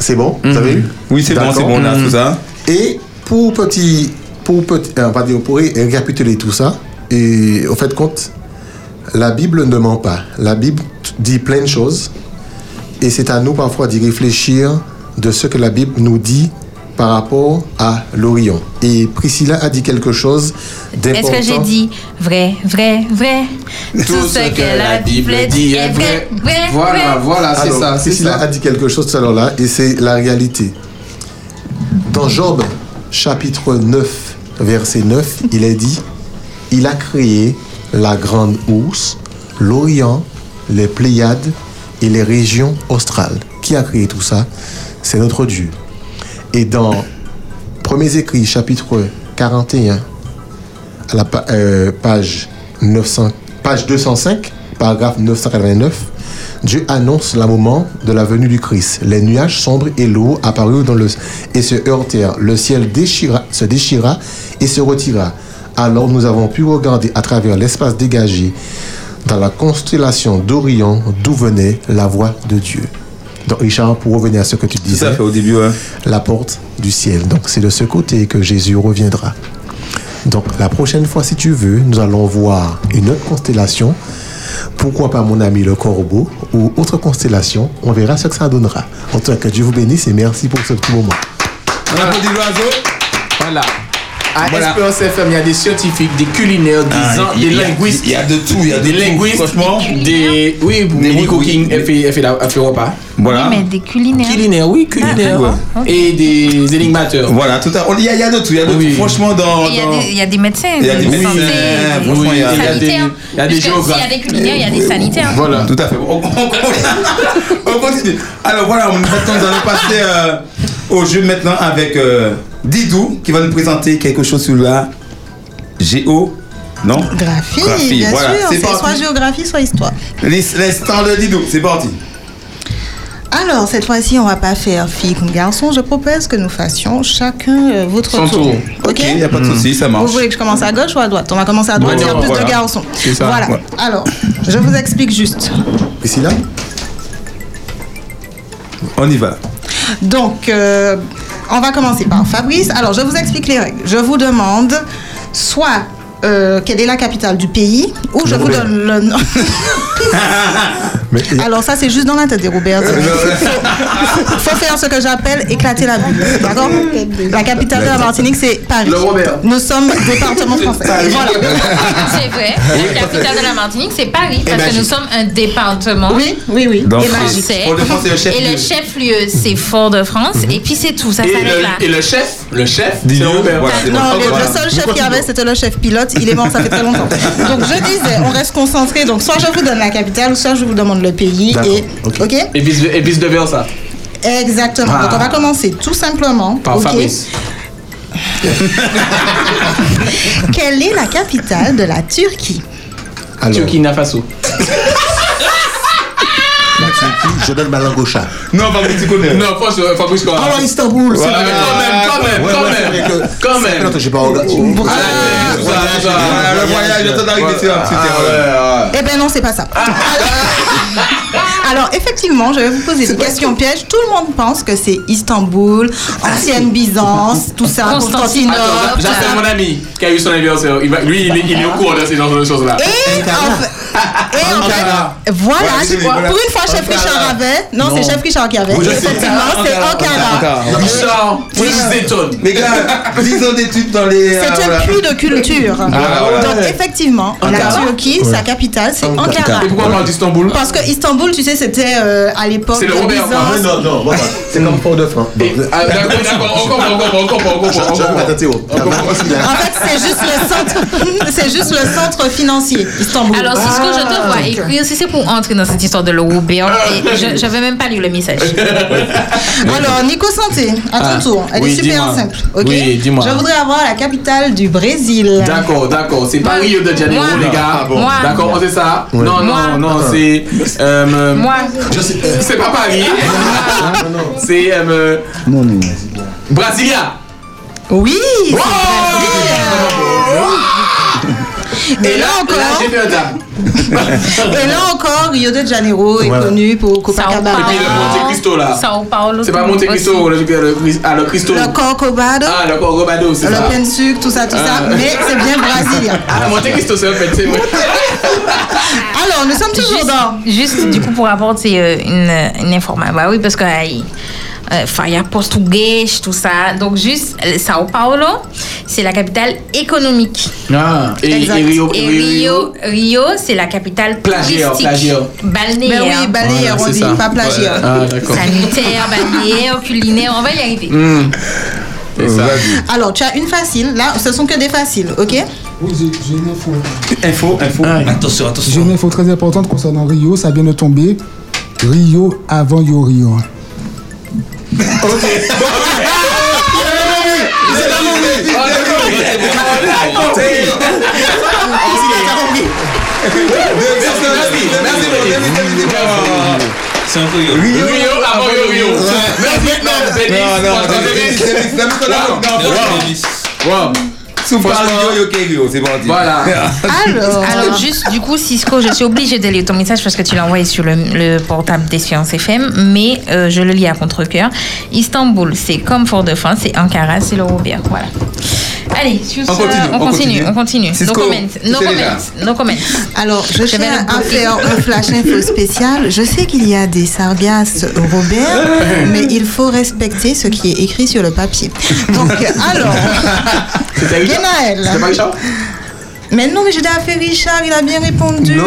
H: C'est bon, vous avez eu
C: Oui, c'est bon, c'est bon, on a tout ça.
H: Et pour petit, pour petit, euh, on va dire, pour récapituler tout ça, et au fait compte, la Bible ne ment pas. La Bible t- dit plein de choses, et c'est à nous parfois d'y réfléchir de ce que la Bible nous dit par rapport à l'Orient. Et Priscilla a dit quelque chose
F: Est-ce
H: d'important.
F: que j'ai dit vrai, vrai, vrai Tout ce que la Bible dit est vrai, vrai, vrai.
H: Alors, Priscilla a dit quelque chose tout à l'heure là, et c'est la réalité. Dans Job, chapitre 9, verset 9, il est dit Il a créé la grande ours, l'Orient, les Pléiades et les régions australes. Qui a créé tout ça C'est notre Dieu. Et dans Premiers Écrits, chapitre 41, à la pa- euh, page, 900 page 205, paragraphe 989, Dieu annonce le moment de la venue du Christ. Les nuages sombres et l'eau apparurent dans le et se heurtèrent. Le ciel déchira, se déchira et se retira. Alors nous avons pu regarder à travers l'espace dégagé dans la constellation d'Orion d'où venait la voix de Dieu. Donc Richard, pour revenir à ce que tu disais,
C: au début, hein.
H: la porte du ciel. Donc c'est de ce côté que Jésus reviendra. Donc la prochaine fois, si tu veux, nous allons voir une autre constellation. Pourquoi pas mon ami le corbeau ou autre constellation On verra ce que ça donnera. En tout cas, que Dieu vous bénisse et merci pour ce petit moment.
C: On applaudit l'oiseau.
E: Voilà. À
C: Voilà.
E: Espérance FM, il y a des scientifiques, des culinaires, des,
C: Ah,
E: gens-
C: il y
E: des
C: a-
E: linguistes.
C: il y a de tout, il y a de
E: Des
C: tout,
E: linguistes.
C: franchement.
E: Des. Oui, Mélie Cooking, elle fait- elle fait la- elle fait repas.
C: Voilà.
F: Mais des culinaires.
E: Culinaires, oui,
F: Ah,
E: culinaires. euh, Et des énigmateurs.
C: Voilà, tout à Oh, Il y a, il y a de tout, il y a de tout. Franchement, dans.
F: ah. Il y a des- il y a des médecins.
C: Il y a des
F: santé,
C: médecins, franchement, il y a- il y a des-
F: sanitaires.
C: il y a des
F: Parce que
C: géographes.
F: S'il y a des culinaires, il y a des sanitaires.
C: Voilà. Tout à fait. On, on- on- on continue. Alors voilà, on maintenant, nous allons passer euh, au jeu maintenant avec euh, Didou qui va nous présenter quelque chose sur la Géo. Non
D: Graphie,
C: Graphie,
D: bien
C: voilà,
D: sûr.
C: c'est
D: C'est
C: parti.
D: soit géographie, soit histoire.
C: L'instant de Didou, c'est parti.
E: Ah,
D: Alors, cette fois-ci, on va pas faire fille comme garçon. Je propose que nous fassions chacun euh, votre
C: Son tour.
D: Ok,
C: Ok, il n'y a pas de souci, ça
D: Vous
C: marche.
D: voulez que je commence à gauche ou à droite On va commencer à droite,
C: Bon,
D: il y a plus
C: voilà.
D: de garçons.
C: C'est ça,
D: Voilà.
C: ouais.
D: Alors, je vous explique juste.
H: Priscilla
C: On y va.
D: Donc, euh, on va commencer par Fabrice. Alors, je vous explique les règles. Je vous demande soit euh, quelle est la capitale du pays, ou je vous
H: Roubaix.
D: donne le nom. Alors, ça, c'est juste dans la tête des Robert. Il faut faire ce que j'appelle éclater la bulle. D'accord La capitale de la Martinique, c'est Paris.
E: Le Robert.
D: Nous sommes département français.
E: Paris.
D: Voilà.
F: C'est vrai. La capitale de la Martinique, c'est Paris, parce que nous sommes un département.
D: Oui, oui, oui.
C: Donc,
F: et
C: c'est-
F: français.
C: pour le moment, c'est le chef-lieu. Mhm.
F: Et le chef-lieu, c'est Fort-de-France. Et puis c'est tout, ça
E: Et
F: s'arrête
E: le-
F: là.
E: et le chef, le chef,
C: Dis
E: c'est
C: donc,
E: Robert.
C: voilà, c'est bon.
D: Non, le, le seul chef qu'il y avait, c'était le chef pilote. Il est mort, ça fait très longtemps. Donc, je disais, on reste concentré. Donc, soit je vous donne la capitale, soit je vous demande le pays.
E: D'accord,
D: Et, ok,
E: Et vice, et vice versa.
D: Exactement.
E: Ah.
D: Donc, on va commencer tout simplement.
E: Par
D: ok.
E: Fabrice.
D: Quelle est la capitale de la Turquie
E: Turquie Faso.
H: La Turquie, Je donne ma langue au chat.
C: Non, Fabrice, tu connais.
E: Non, Fabrice, Fabrice, quoi.
H: Ah ouais, Istanbul, c'est
E: Ouais, mais quand même, quand même, quand même. Quand même.
H: Non, j'ai pas regardé.
C: Eh, Le voyage,
H: oh,
C: le temps d'arriver, c'est un
E: Ah,
C: petit
D: Eh ben non, c'est pas ça. Alors, effectivement, je vais vous poser des questions pièges. Tout le monde pense que c'est Istanbul,
E: Ah,
D: ancienne Byzance, tout ça, Constantinople.
E: Attends,
D: tout ça.
E: J'appelle mon ami qui a eu son anniversaire. Il va- Lui, il est- il est au courant de ces genres de choses-là.
D: Et en fait, voilà,
E: Ouais,
D: tu
E: c'est-
D: vois,
E: voilà.
D: pour une fois, chef
E: Ankara.
D: Richard avait. Non,
E: Non.
D: c'est chef Richard qui avait.
E: Oui, je sais. Ah,
D: Effectivement, c'est Ankara.
E: Richard, Prince Dayton.
C: Les gars, 10 ans d'études dans les. euh,
D: C'est
C: voilà.
D: un puits de culture.
C: Ah, voilà.
D: Donc effectivement, la
C: Ankara.
D: Turquie,
C: Ouais.
D: sa capitale, c'est
C: Ankara.
D: Ankara.
E: Et pourquoi on parle d'Istanbul
D: Parce que Istanbul, tu sais, c'était euh, à l'époque
E: C'est
D: de
E: le Robert. hein.
D: Byzance.
H: Ah, Non, non, voilà. C'est comme Port-de-France.
E: Ah, D'accord, d'accord, on comprend, on comprend, on comprend, on comprend, on comprend.
D: En fait, c'est juste le centre, c'est juste le centre financier Istanbul. Ah,
F: Alors, Cisco, je te vois
D: Donc,
F: écrire. Si c'est pour entrer dans cette histoire de l'Eurobeer,
C: Ah,
F: je, je vais même pas lire le message.
D: Alors, Nico Santé, à ton
E: Ah,
D: tour. Elle
E: oui,
D: est super
E: dis-moi.
D: simple. ok
E: Oui, dis-moi.
D: Je voudrais avoir la capitale du Brésil.
E: D'accord, d'accord, c'est pas
D: Moi.
E: Rio de Janeiro,
D: Moi.
E: les
D: Ah
E: gars.
D: bon. Moi.
E: D'accord, on sait ça. Non, non, non, c'est. euh, euh, C'est pas Paris.
D: Ah.
E: C'est. euh, euh, Brasilia.
D: Oui.
E: Wow
D: Et là
E: Là,
D: encore,
E: j'ai fait un dame.
D: et là encore, Rio de Janeiro est
E: Voilà.
D: connu pour Copacabana.
E: Et puis le Monte Cristo là.
F: Sao Paulo.
E: C'est pas Monte Cristo, le, le, Christ- ah, le Cristo.
D: Le Corcovado,
E: Ah, le Corcovado, c'est ça.
D: le Pensuc, tout ça, tout ça.
E: Ah.
D: Mais c'est bien brésilien.
E: Ah, Monte Cristo, c'est un fait, c'est vrai.
D: Alors, nous sommes
F: toujours dans. Juste, du coup, pour apporter euh, une, une information. Bah oui, parce que. euh, euh, Faya portugais, tout ça. Donc, juste, euh, Sao Paulo, c'est la capitale économique.
E: Ah, et, et
F: Exact.
E: Rio.
F: Et
E: et
F: Rio, Rio, c'est la capitale
E: Plagiaire,
F: touristique.
E: plagiaire.
F: Balnéaire.
D: Mais Ben oui, balnéaire, Voilà, on c'est dit, ça. pas plagiaire.
E: Voilà. Ah, d'accord.
F: Sanitaire, balnéaire, culinaire, on va y arriver.
E: Hmm. C'est ça.
D: Alors, tu as une facile. Là, ce sont que des faciles, ok
C: Info, info.
G: Ah,
C: Attention, attention.
A: J'ai une info très importante concernant Rio, ça vient de tomber. Rio avant Yorio.
G: C'est un peu Rio.
E: Rio avant Rio. Merci, non, Denis,
C: Non,
E: franchement,
C: non, Denis, Denis, Denis, non, non, non,
E: Wow. Wow.
C: Sous parle Rio, yo, que Rio, c'est bon.
E: Voilà.
F: Alors, juste, du coup, Cisco, je suis obligée de lire ton message parce que tu l'as envoyé sur le, le portable d'Espérance FM, mais euh, je le lis à contre-coeur. Istanbul, c'est comme Fort-de-France, c'est Ankara, c'est le Robert. Voilà. Allez, sur
D: On
F: ce,
D: continue,
F: on,
D: on
F: continue,
D: continue.
F: on continue.
D: Cisco,
F: no comments, no
D: c'est
F: comments,
D: déjà.
F: no comments.
D: Alors, je,
F: vais
D: tiens
F: le
D: à
F: bloquer.
D: faire un flash info spécial. Je sais qu'il y a des sargasses Robert, mais il faut respecter ce qui est écrit sur le papier. Donc, ah, alors,
E: C'était Richard
D: Genaël.
E: C'était pas Richard
D: mais non, mais j'ai déjà fait Richard, il a bien répondu.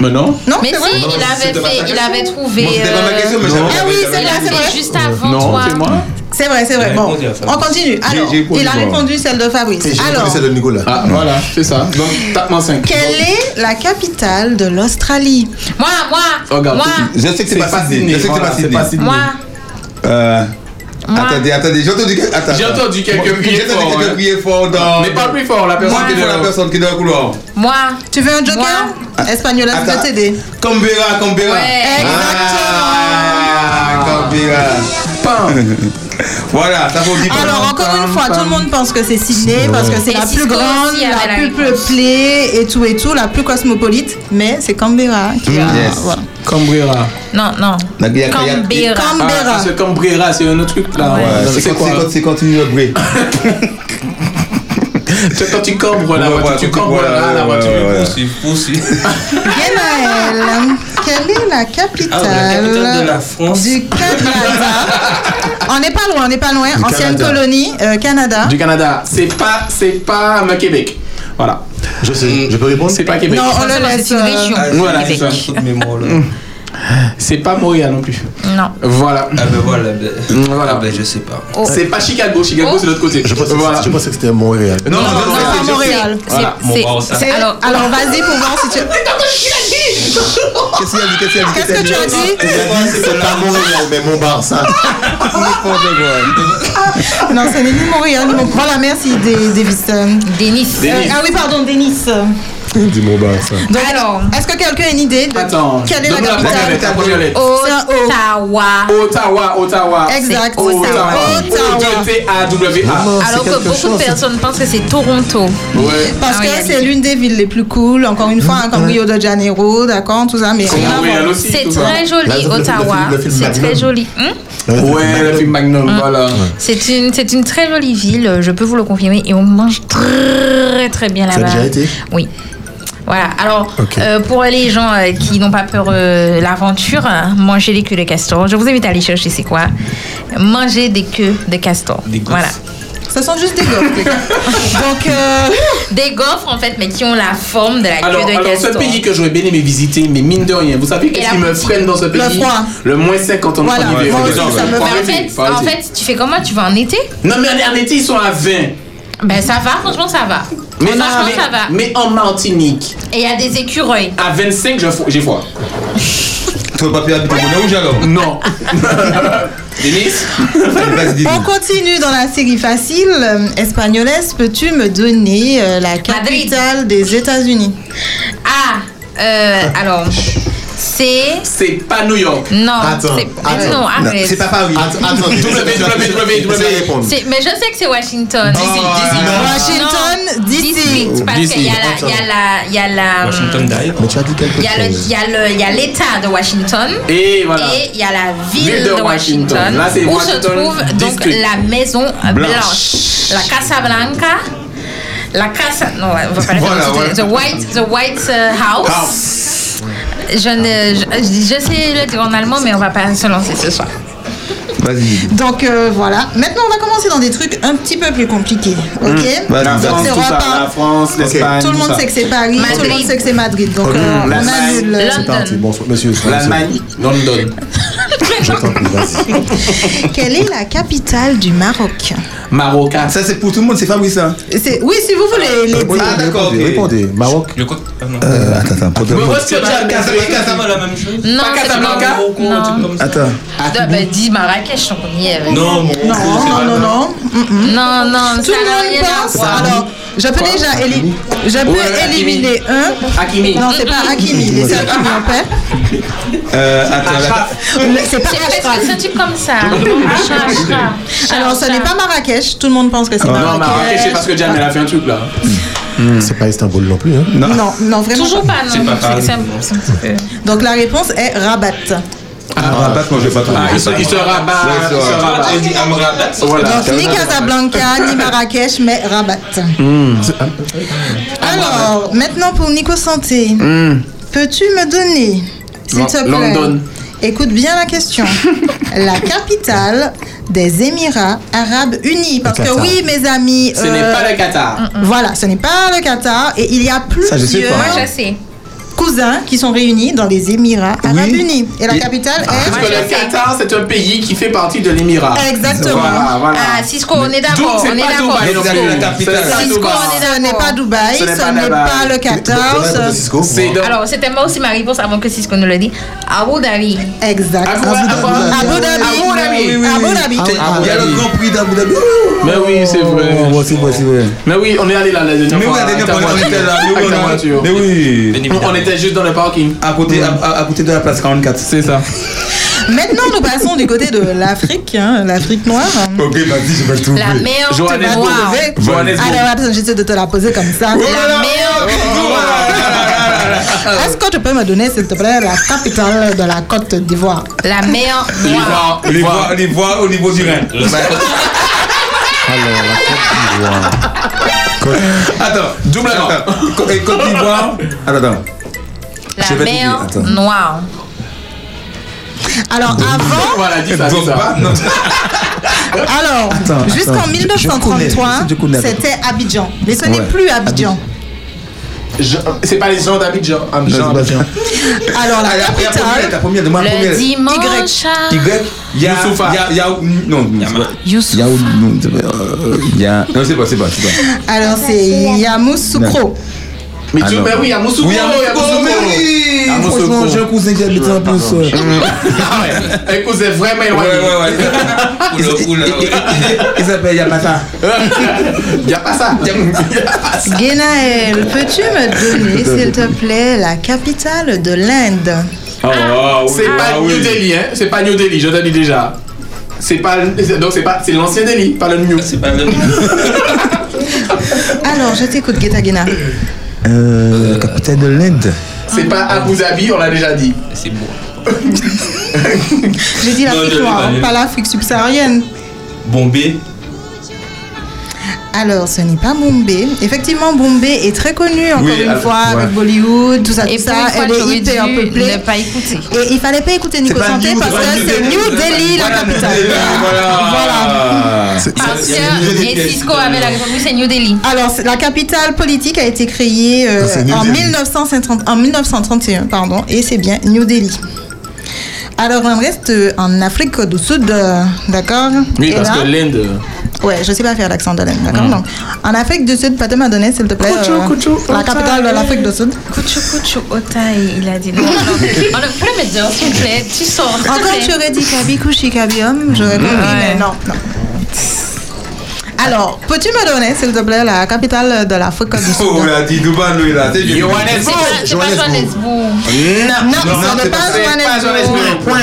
E: Mais non.
D: Non,
F: Mais
D: c'est vrai
F: si, il avait, fait, il avait trouvé.
E: Bon, c'était pas ma question, mais
F: euh,
E: j'avais-
F: Ah oui,
E: j'avais-
F: c'est là,
D: j'avais-
F: c'est vrai. juste avant
E: Non,
F: toi.
E: c'est moi.
D: C'est vrai, c'est vrai.
E: J'ai
D: Bon,
E: répondu à ça.
D: on continue.
E: J'ai-
D: Alors,
E: j'ai répondu,
D: il a
E: moi.
D: répondu celle de Fabrice. Alors,
E: de Nicolas. Ah, voilà, c'est ça. Donc, tape-moi 5.
D: quelle est la capitale de l'Australie
F: Moi, moi,
E: Regarde,
F: moi,
C: Je sais que c'est pas Sydney. Je sais que
E: Voilà,
C: c'est pas Sydney.
F: moi.
C: Euh, Attendez, attendez, j'ai entendu, que- attends,
E: J'ai entendu quelqu'un
C: Moi,
E: crier
C: J'ai entendu
E: fort,
C: quelqu'un
E: hein.
C: crier fort dans.
E: Mais pas plus fort, la personne
C: Pas
E: qui
C: plus fort,
E: est
C: la
E: dans-
C: personne qui est dans le couloir.
F: Moi.
D: Tu veux un joker Ah, Espagnol, je vais
C: Attends.
D: t'aider.
C: Canberra, Canberra. Ah, Canberra. voilà, ça vaut dix points.
D: Alors encore une fois, tout le monde pense que c'est Sydney parce que c'est
F: Et
D: la
F: Cisco
D: plus grande,
F: aussi avait la
D: la plus peuplée et tout et tout, la plus cosmopolite, mais c'est Canberra qui a.
E: Mm, Yes.
D: voilà.
E: Cambrera.
F: Non, non.
C: il y a-
D: Canberra. Canberra.
E: Ah, c'est Cambrera, c'est un autre truc Ah, là.
C: Ouais,
E: Non, mais
C: c'est quand- c'est quand- c'est quand tu le bruit.
E: C'est quand tu cambres la
C: Ouais,
E: voiture,
C: ouais,
E: tu
C: ouais,
E: cambres
C: ouais,
E: là, la
C: ouais,
E: voiture.
C: ouais, ouais.
G: Poursuivre, poursuivre.
E: Ah,
D: Genaël, quelle est la capitale,
G: Ah, la capitale de la France.
D: du Canada On n'est pas loin, on n'est pas loin.
E: Du
D: Ancienne
E: Canada.
D: colonie, euh, Canada.
E: Du Canada. C'est pas, c'est pas euh, Québec. Voilà. Mm.
H: Je sais, je peux répondre
E: C'est pas Québec.
D: Non, on le laisse. euh,
E: Voilà, c'est ça. Mm. C'est pas Montréal non plus.
F: Non.
E: Voilà.
G: Ah ben voilà. ben-
E: Voilà.
G: Ah ben je sais pas.
F: Oh.
E: C'est pas Chicago. Chicago, c'est de l'autre côté.
H: Je pensais que
E: Voilà.
H: c'était- je pensais que c'était Montréal.
E: Non, non,
D: Non,
E: non,
D: pas
E: c'est-
D: Montréal.
E: c'est- Voilà.
G: Bon, bah, on s'en-
D: C'est- Alors, alors vas-y pour voir si tu.
C: Qu'est-ce qu'il a dit Qu'est-ce qu'il a dit
D: Qu'est-ce que tu as dit
H: C'est pas Montréal, mais mon bar, ça.
D: Non, ce n'est ni Montréal ni Montréal. Voilà, merci, Dé- Davis. Euh,
F: Denis.
D: ah oui, pardon, Denis.
H: Dis mon bas, ça.
D: Donc, est-ce que quelqu'un a une idée de quelle est la
E: donne-nous la première lettre, la
D: capitale
E: première lettre.
D: Ottawa.
E: Ottawa, Ottawa.
D: Exact,
E: Ottawa. Ah,
D: Ottawa.
E: O-T-A-W-A.
F: Alors que beaucoup de personnes pensent que c'est Toronto.
E: Ouais.
D: Parce
F: Ah,
D: que
F: oui,
D: c'est l'une des villes les plus cool, encore une fois, hein, comme Rio de Janeiro, d'accord, tout ça. Mais
E: Mmh. C'est Montréal aussi,
F: C'est
E: tout ça.
F: très
E: Là, le
F: joli,
E: film-
F: Ottawa.
E: le film
F: C'est
E: Magnum.
F: très joli. Hum?
E: Ouais, le film Magnum,
F: Mm.
E: voilà.
F: C'est une, c'est une très jolie ville, je peux vous le confirmer, et on mange très très bien là-bas. Oui. Voilà, alors euh, pour les gens euh, qui n'ont pas peur euh, de l'aventure, hein, manger les queues de castor. Je vous invite à aller chercher, c'est quoi Manger des queues de castor. voilà.
D: Ce sont juste des gaufres. les gars. Donc, euh,
F: Des gaufres en fait, mais qui ont la forme de la queue
E: Alors,
F: de
E: alors
F: castor.
E: ce pays que j'aurais bien aimé visiter, mais mine de rien, vous savez qu'est-ce
F: la
E: qui me
F: poutine.
E: freine dans ce
F: Le
E: pays
F: froid.
E: Le moins 5 quand on
F: Voilà.
E: prend l'hiver.
F: Moi
E: Faut
F: aussi,
E: arrêter,
F: ça me-
E: faut
F: Mais en
E: arrêter,
F: fait,
E: faut arrêter.
F: en fait, tu fais comment Tu vas en été
E: Non, mais en été, ils sont à 20.
F: Ben ça va, franchement ça va.
E: Mais,
F: franchement
E: non, mais-
F: ça va.
E: mais en Martinique,
F: Et il y a des écureuils.
E: à 25, je fo- j'ai froid.
C: Tu veux pas pu habiter au rouge alors
E: Non. Denise
C: Vas-y, dis
D: on continue dans la série facile. Euh, Espagnoles, peux-tu me donner euh, la capitale des États-Unis
F: Ah, euh, alors, c'est.
E: C'est pas New York.
F: Non, c'est mais non, arrête.
E: pas Paris.
H: attendez.
E: W,
F: C'est- Mais je sais que c'est Washington.
D: Washington,
F: DC. Parce qu'il y a la- il y a la- il y a la.
G: Washington d'ailleurs.
H: Mais tu as dit quelque
F: Il y a le- il y a le- il y a l'État de Washington
E: Et voilà.
F: Et il y a la ville, de, Washington,
E: Là, c'est
F: où se
E: Washington
F: trouve donc
E: District.
F: la maison euh,
E: Blanche.
F: blanche, la Casa Blanca, la Casa, non, on va pas le faire,
E: Voilà,
F: c'est-
E: ouais.
F: the White, the White euh, House. Je, ne, je, je sais le dire en allemand, mais on va pas se lancer ce soir.
C: Vas-y.
D: Donc euh, voilà. Maintenant, on va commencer dans des trucs un petit peu plus compliqués. Ok
E: La
D: Donc,
E: France,
D: c'est
E: Mmh. tout ça,
D: repas.
E: la France, l'Espagne.
D: Tout le monde
E: ça.
D: sait que c'est Paris, tout le monde sait que c'est Madrid. Donc,
E: Ok.
D: euh, on
E: L'Allemagne.
D: annule.
H: C'est parti, bonsoir, monsieur.
E: L'Allemagne, London.
D: Quelle est la capitale du Maroc
E: Marocain.
C: Ça, c'est pour tout le monde, c'est Fabrice, ça
D: C'est- Oui, si vous voulez. les-
C: Ah, d'accord, ok.
H: Répondez, Maroc.
C: Euh, attends, attends, pour de-
G: la même chose
F: Non, c'est pas Marocco, un truc comme ça.
C: Attends.
F: Ah, bah, dis Marrakech, donc on y est. vas-y.
G: Non, Morocco, Non, c'est pas non, là. non.
F: Non, non,
D: Tout
F: ça
D: le
F: n'a
D: monde
F: rien à
D: pense.
F: voir.
D: Alors, je peux déjà éli- je peux
C: Ouais, Hakimi.
D: éliminer un.
E: Hakimi.
D: Non, c'est pas Hakimi. Laissez Hakimi en paix.
C: Euh,
E: Ah,
C: attends, attends.
D: C'est pas
F: C'est
D: Ashraf.
F: presque un type comme ça. Ashraf, Ashraf.
D: Alors, ce n'est pas Marrakech. Tout le monde pense que c'est
E: Oh, Non, Marrakech, c'est
D: Marrakech.
E: parce que Jam, elle a fait un truc là.
H: C'est pas Istanbul non plus. Hein.
D: Non, non, vraiment. Toujours
F: pas,
E: C'est pas Paris.
D: Donc, la réponse est Rabat.
C: Ah, Rabat, moi, je vais pas trouver.
E: Ah, il se- il se rabat,
C: Ouais,
E: il se rabat.
G: Elle dit Amrabat.
E: Voilà.
D: Donc, ni Casablanca, ni Marrakech, mais Rabat.
H: Hmm.
D: Alors, maintenant pour Nico Santé,
E: Hmm.
H: Hmm.
D: peux-tu me donner, s'il
E: Lon-
D: te plaît,
E: London.
D: écoute bien la question, la capitale des Émirats Arabes Unis Parce que
E: Qatar.
D: oui, mes amis.
E: Ce n'est pas le Qatar.
D: Voilà, ce n'est pas le Qatar. Et il y a
E: Ça, je sais
D: plusieurs
E: pas. Moi, je
D: cousins qui sont réunis dans les Émirats Arabes Unis. Et la capitale est.
E: Parce que le Qatar, c'est un pays qui fait partie de l'Émirat.
D: Exactement.
E: Voilà, voilà.
F: Ah, Cisco, on est d'accord.
E: Donc,
F: On
E: c'est
F: est
E: pas
F: d'accord.
E: Dubaï non plus.
C: C'est la capitale.
E: C'est pas
F: Cisco,
E: Dubaï.
F: on est
D: Ce n'est pas Dubaï, ce
E: Ce n'est
D: n'est
E: pas Dubaï.
D: pas le Qatar. ce-
E: C'est donc-
F: Alors, c'était moi aussi ma réponse avant que Cisco nous le dise. Abu Dhabi.
D: Exact.
E: Abu
D: Abu
E: Dhabi.
C: Ah
D: Dhabi.
E: Abu Dhabi. Ah,
D: Abu Dhabi.
C: Il y a le Grand Prix d'Abu Dhabi. Oh.
E: Mais oui, Oh, c'est vrai.
H: Moi aussi, moi aussi, ouais.
E: Mais oui, on est allé là la dernière
C: Mais oui,
E: fois.
C: la dernière
E: avec ta
C: fois, on
E: voiture.
C: était là. Mais
E: Avec
C: oui,
E: ta
C: on a-
E: voiture.
C: Mais oui.
E: On on était juste dans le parking.
C: À côté, à, à- à côté de la place 44.
E: C'est ça.
D: Maintenant, nous passons du côté de l'Afrique, hein, l'Afrique noire.
C: Ok, vas-y, je vais le trouver.
F: La meilleure.
E: Johannesburg.
F: Wow.
E: Johannesburg.
D: Alors, attends, j'essaie de te la poser comme ça.
F: La meilleure. Euh,
D: Est-ce que tu peux me donner, s'il te plaît, la capitale de la Côte d'Ivoire
F: La meilleure. Wow.
E: L'Ivoire.
C: Les voix, les voix au niveau du Rhin.
H: Alors, la Côte d'Ivoire.
C: Attends, double attends. Co- Et Côte d'Ivoire. Attends, attends.
F: La
C: Je vais
F: mer
C: t'oublier, attends.
F: noire.
D: Alors, avant,
E: Voilà, dis ça, dis ça.
C: Drogba, non.
D: alors
H: Attends, attends,
D: jusqu'en
H: je- je connais,
D: 1933,
H: je connais.
D: c'était Abidjan. Mais ce n'est
H: Ouais.
D: plus Abidjan.
E: Je- C'est pas les gens d'Abidjan. Abidjan, Abidjan.
D: Alors, la
C: Ah, la première,
D: capitale,
C: la première, demande la première.
F: Le dimanche.
C: Y, il y a.
E: Youssoufa.
C: Il y a. il Y a non, non, c'est pas-
F: Youssouf.
C: il y a. Non, c'est pas- euh, il y a- non, c'est pas, c'est pas, c'est pas.
D: alors c'est Yamoussoukro.
E: Mais tu- mais oui, à Moussouko,
C: Oui, à Moussouko, mais oui.
E: à Moussouko.
C: Franchement, j'ai un cousin qui habite en plus. euh.
E: Ah ouais, un cousin vraiment éloigné.
C: Il s'appelle Yamata.
E: Y'a pas ça.
D: Guénaël, peux-tu me donner, s'il te plaît, la capitale de l'Inde
E: Ah,
D: ah
E: c'est pas New Delhi, hein. C'est pas New Delhi, je te dis déjà. C'est pas, donc c'est pas, c'est l'ancien Delhi, pas le New. C'est pas le
D: Alors, je t'écoute, Guetta Guéna.
A: Euh, capitaine de l'Inde.
E: C'est pas Abu Dhabi, on l'a déjà dit. C'est bon.
D: J'ai dit
G: Non, je
D: l'Afrique
G: l'ai
D: noire,
G: pas
D: hein,
G: vu.
D: pas l'Afrique subsaharienne.
G: Bombay.
D: Alors, ce n'est pas Bombay. Effectivement, Bombay est très connu, encore
G: Oui,
D: une
G: alors,
D: fois,
G: ouais.
D: avec Bollywood, tout ça, tout
F: pour
D: ça.
F: une fois,
D: Elle est
F: j'aurais
D: hyper
F: dû
D: peuplée.
F: ne pas écouter.
D: Et il fallait pas écouter Nico
F: pas
D: Santé
F: New-
D: parce
F: c'est pas
D: que
F: New
D: c'est
F: Delhi,
D: New
F: c'est pas
D: Delhi, la
F: New Delhi,
D: capitale.
E: Voilà.
F: Parce que et Cisco avait la réponse, c'est New Delhi.
D: Alors, c'est- la capitale politique a été créée euh,
F: Ah, c'est New
D: en,
F: Delhi.
D: 1950 en 1931, pardon, et c'est bien New Delhi. Alors, on reste euh, en Afrique du Sud, euh, d'accord
E: Oui,
D: Et
E: parce
D: là-
E: que l'Inde. euh,
D: Ouais, je sais pas faire l'accent de l'Inde, d'accord
E: Mm.
D: Donc, en Afrique du Sud, Paté m'a donné, s'il te plaît, euh,
F: Kuchu, kuchu,
D: la
F: otai.
D: capitale de l'Afrique du Sud.
F: Kuchu Kuchu Otai, il a dit non. non, non. On ne peut me dire, s'il te plaît, tu sors. s'il te
D: Encore,
F: plaît.
D: tu aurais dit Kabi Kushi Kabium, j'aurais compris, mais non, non. Alors, peux-tu me donner, s'il te plaît, la capitale de l'Afrique du Sud
C: Oh, on l'a dit, Dubaï, nous, il a dit.
F: C'est pas- c'est pas Johannesburg.
E: Non,
D: non, ça n'est
E: c'est
D: pas
E: c'est
D: Johannesburg.
E: Johannesburg.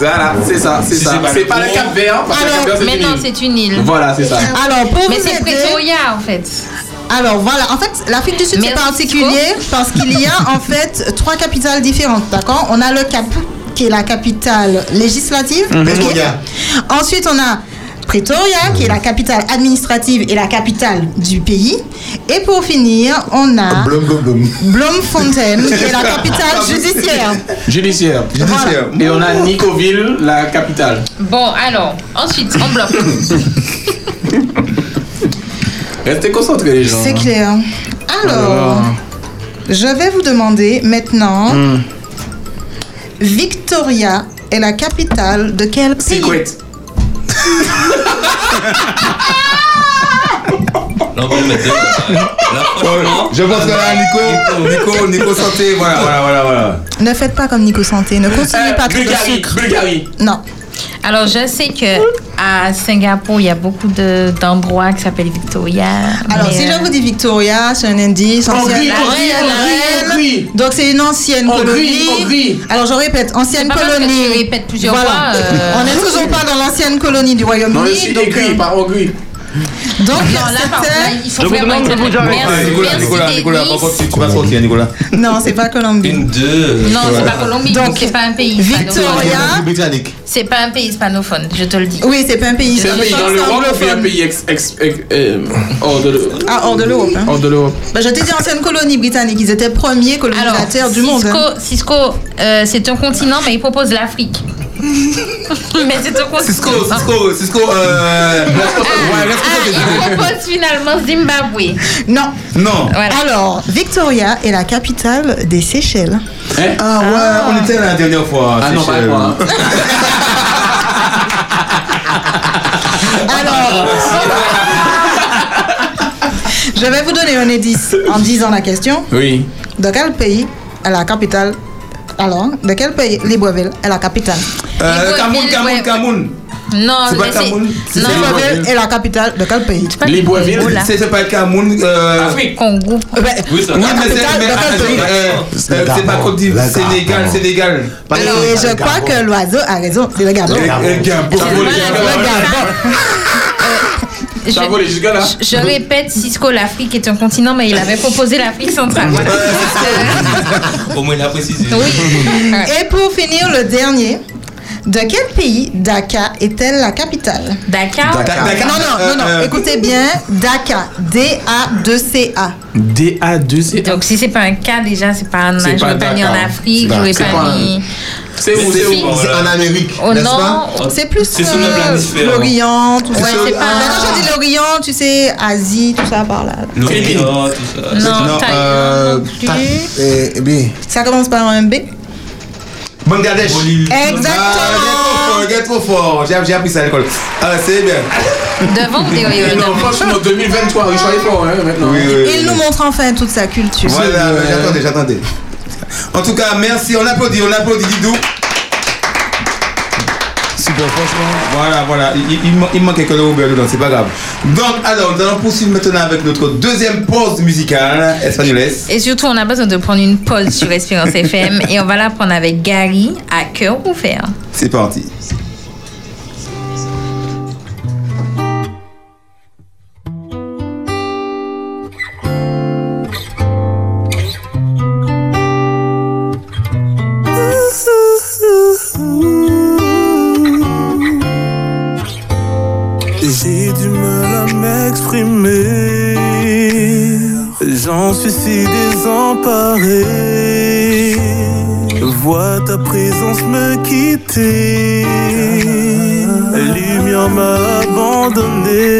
E: Voilà, c'est ça, c'est Ah, ça. C'est pas le Cap Vert, parce que le Cap Vert, c'est
F: Mais
E: une
F: non,
E: île.
F: c'est une île. Ah,
E: Voilà, c'est ça.
D: Alors, pour
F: Mais
D: vous
F: c'est
D: aider-
F: Pretoria, en fait.
D: Alors voilà, en fait, l'Afrique du Sud c'est
F: Merci,
D: particulier parce qu'il y a en fait trois capitales différentes, d'accord On a le Cap qui est la capitale législative.
K: Mhm.
D: ok
K: Pretoria.
D: Ensuite, on a Pretoria qui est la capitale administrative et la capitale du pays. Et pour finir, on a
H: Blum, blum, blum.
D: Bloemfontein qui est la capitale judiciaire.
E: Judiciaire.
D: Judiciaire.
E: Et on a Nicoville, la capitale.
F: Bon, alors, ensuite, on bloque.
E: Restez concentrés, les gens. Ah,
D: C'est clair. Alors, je vais vous demander maintenant,
E: Hmm.
D: Victoria est la capitale de quel pays
G: Non, mais maintenant, là, franchement,
C: Je pense que là, Nico, Nico, Nico Santé, voilà, voilà, voilà, voilà.
D: Ne faites pas comme Nico Santé, ne
E: Euh,
C: Euh,
D: continuez pas trop de sucre. Non.
F: Alors, je sais que à Singapour, il y a beaucoup de- d'endroits qui s'appellent Victoria.
D: Alors,
F: mais,
D: si
F: euh,
D: je vous dis Victoria, c'est un indice.
F: Hongrie,
D: ancienne-
F: Hongrie,
D: la reine, la
F: Hongrie,
D: reine. Donc, c'est une ancienne
F: Hongrie,
D: colonie.
F: Hongrie.
D: Alors, je répète, ancienne
F: pas parce que
D: colonie.
F: tu répètes plusieurs
D: Voilà.
F: fois, euh,
D: On n'est toujours pas dans l'ancienne colonie du
E: Non, je suis
D: Royaume-Uni. donc, euh,
E: aiguille, par aiguille.
D: Donc,
F: Non, là, par- là, il faut
C: Je vous
F: vraiment
C: demande
F: être
C: de vous
F: honnête.
C: arrêter.
F: Merci,
C: Nicolas,
F: merci,
C: Nicolas, Nicolas,
F: Denis.
C: par contre, tu- tu vas sortir, Nicolas.
D: Non, c'est pas Colombie.
G: Une, deux.
F: euh, Non, c'est pas Colombie, donc c'est pas un pays. hispanophone.
C: Britannique.
F: C'est pas un pays hispanophone, je te le dis.
D: Oui, c'est pas un pays
E: C'est un pays dans l'Europe ou bien un pays ex, ex, ex- euh, hors de l'Europe
D: Ah, hors de l'Europe, hein.
E: Hors de l'Europe.
D: Bah, je t'ai dit ancienne colonie britannique. Ils étaient premiers colonisateurs du monde.
F: Cisco,
D: hein.
F: Cisco, euh, c'est un continent, mais il propose l'Afrique. mais c'est un continent.
C: Cisco, Cisco, Cisco, euh. Ouais, laisse-moi
F: Ah, il propose finalement Zimbabwe.
D: Non.
E: Ah.
C: Non.
D: Alors, Victoria est la capitale des Seychelles.
C: Ah ouais, on était là la dernière fois.
E: Hein? Ah non,
C: c'est
E: pas
C: chez-
E: moi.
D: Alors, je vais vous donner un indice en disant la question.
E: Oui.
D: De quel pays est la capitale Alors, de quel pays Libreville est la capitale
C: Euh, Cameroun, Cameroun, Cameroun.
F: Non,
C: C'est pas
F: mais c'est-
C: Cameroun. c'est- c'est
D: Libreville est la capitale de quel pays
C: Libreville. C'est c'est pas Cameroun. euh,
F: Ah Congo.
C: Oui, ça. mais c'est
D: bah, capitale
C: mais
D: de
C: attends,
D: quel pays
C: euh, euh, c'est pas Côte d'Ivoire, Sénégal, Sénégal. Pas
D: Et
C: Sénégal.
D: je crois que l'oiseau a raison. C'est le Gabon.
C: Le Le euh, Gabon.
D: Le Gabon.
E: Ça vaut les jusqu'à là.
F: Je, je répète, Cisco, l'Afrique est un continent, mais il avait proposé l'Afrique centrale.
G: Au moins, il a précisé.
D: Et pour finir, le dernier. De quel pays Dakar est-elle la capitale
F: Dakar
E: Dakar.
D: Non, non, non, non.
E: Euh, euh.
D: Écoutez bien. Dakar. D-A-2-C-A.
E: DA2C.
F: Donc si c'est pas
D: Euh,
F: un cas déjà, c'est pas un. Je
E: C'est
F: vais
E: pas
F: pas mis en
E: Dakar.
F: Afrique, je
E: Bah,
F: vais
E: c'est
F: pas
E: pas un-
F: mis.
E: C'est où C'est où
F: C'est
E: en Amérique.
F: Oh non,
D: C'est plus
E: C'est sous notre
D: euh,
E: planisphère.
D: l'Orient, tout
F: Ouais,
D: ça.
F: c'est pas-
D: Maintenant, je dis l'Orient, tu sais, Asie, tout ça par là.
G: L'Orient, tout ça.
D: Non,
C: euh,
D: plus.
C: Ta- eh, eh bien.
D: Ça commence par un B.
C: Bangladesh.
D: Exactement.
G: Ah,
C: le gars est Oh, trop fort. J'ai j'ai appris ça à l'école. Ah, c'est bien.
F: Devant ou derrière
E: Non,
F: Devant.
E: franchement, 2023, Richard est fort, hein, maintenant.
C: Oui,
G: euh,
C: oui,
D: Il nous montre enfin toute sa culture.
C: Voilà, euh, j'attendais, j'attendais. En tout cas, merci, on applaudit, on applaudit Didou. Super, franchement. Voilà, voilà. Il, il- il man- il manque quelques Robert dedans, c'est pas grave. Donc, alors, nous allons poursuivre maintenant avec notre deuxième pause musicale, Espagnoles.
F: Et surtout, on a besoin de prendre une pause sur Espérance FM et on va la prendre avec Gary à cœur ouvert.
C: C'est parti.
N: J'ai du mal à m'exprimer. J'en suis si désemparé. Vois ta présence me quitter. Lumière m'a abandonné.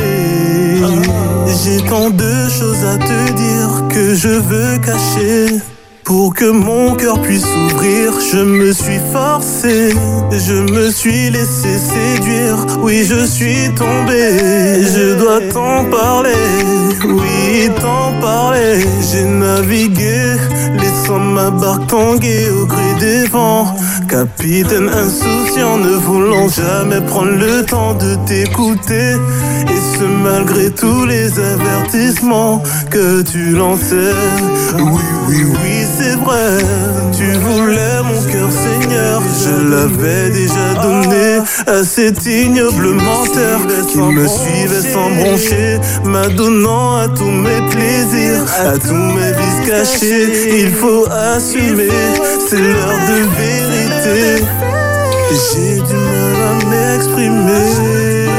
N: J'ai tant de choses à te dire que je veux cacher. Pour que mon cœur puisse s'ouvrir, je me suis forcé, je me suis laissé séduire, oui je suis tombé, je dois t'en parler, oui t'en parler, j'ai navigué, laissant ma barque tanguer au gré des vents, capitaine insouciant, ne voulant jamais prendre le temps de t'écouter, et ce malgré tous les avertissements que tu lançais, oui oui oui c'est vrai, tu voulais mon cœur Seigneur, je l'avais déjà donné à cet ignoble Euh, menteur qui me suivait sans broncher, m'adonnant à tous mes plaisirs, à tous mes vices cachés. Il faut assumer, c'est l'heure de vérité. J'ai du mal à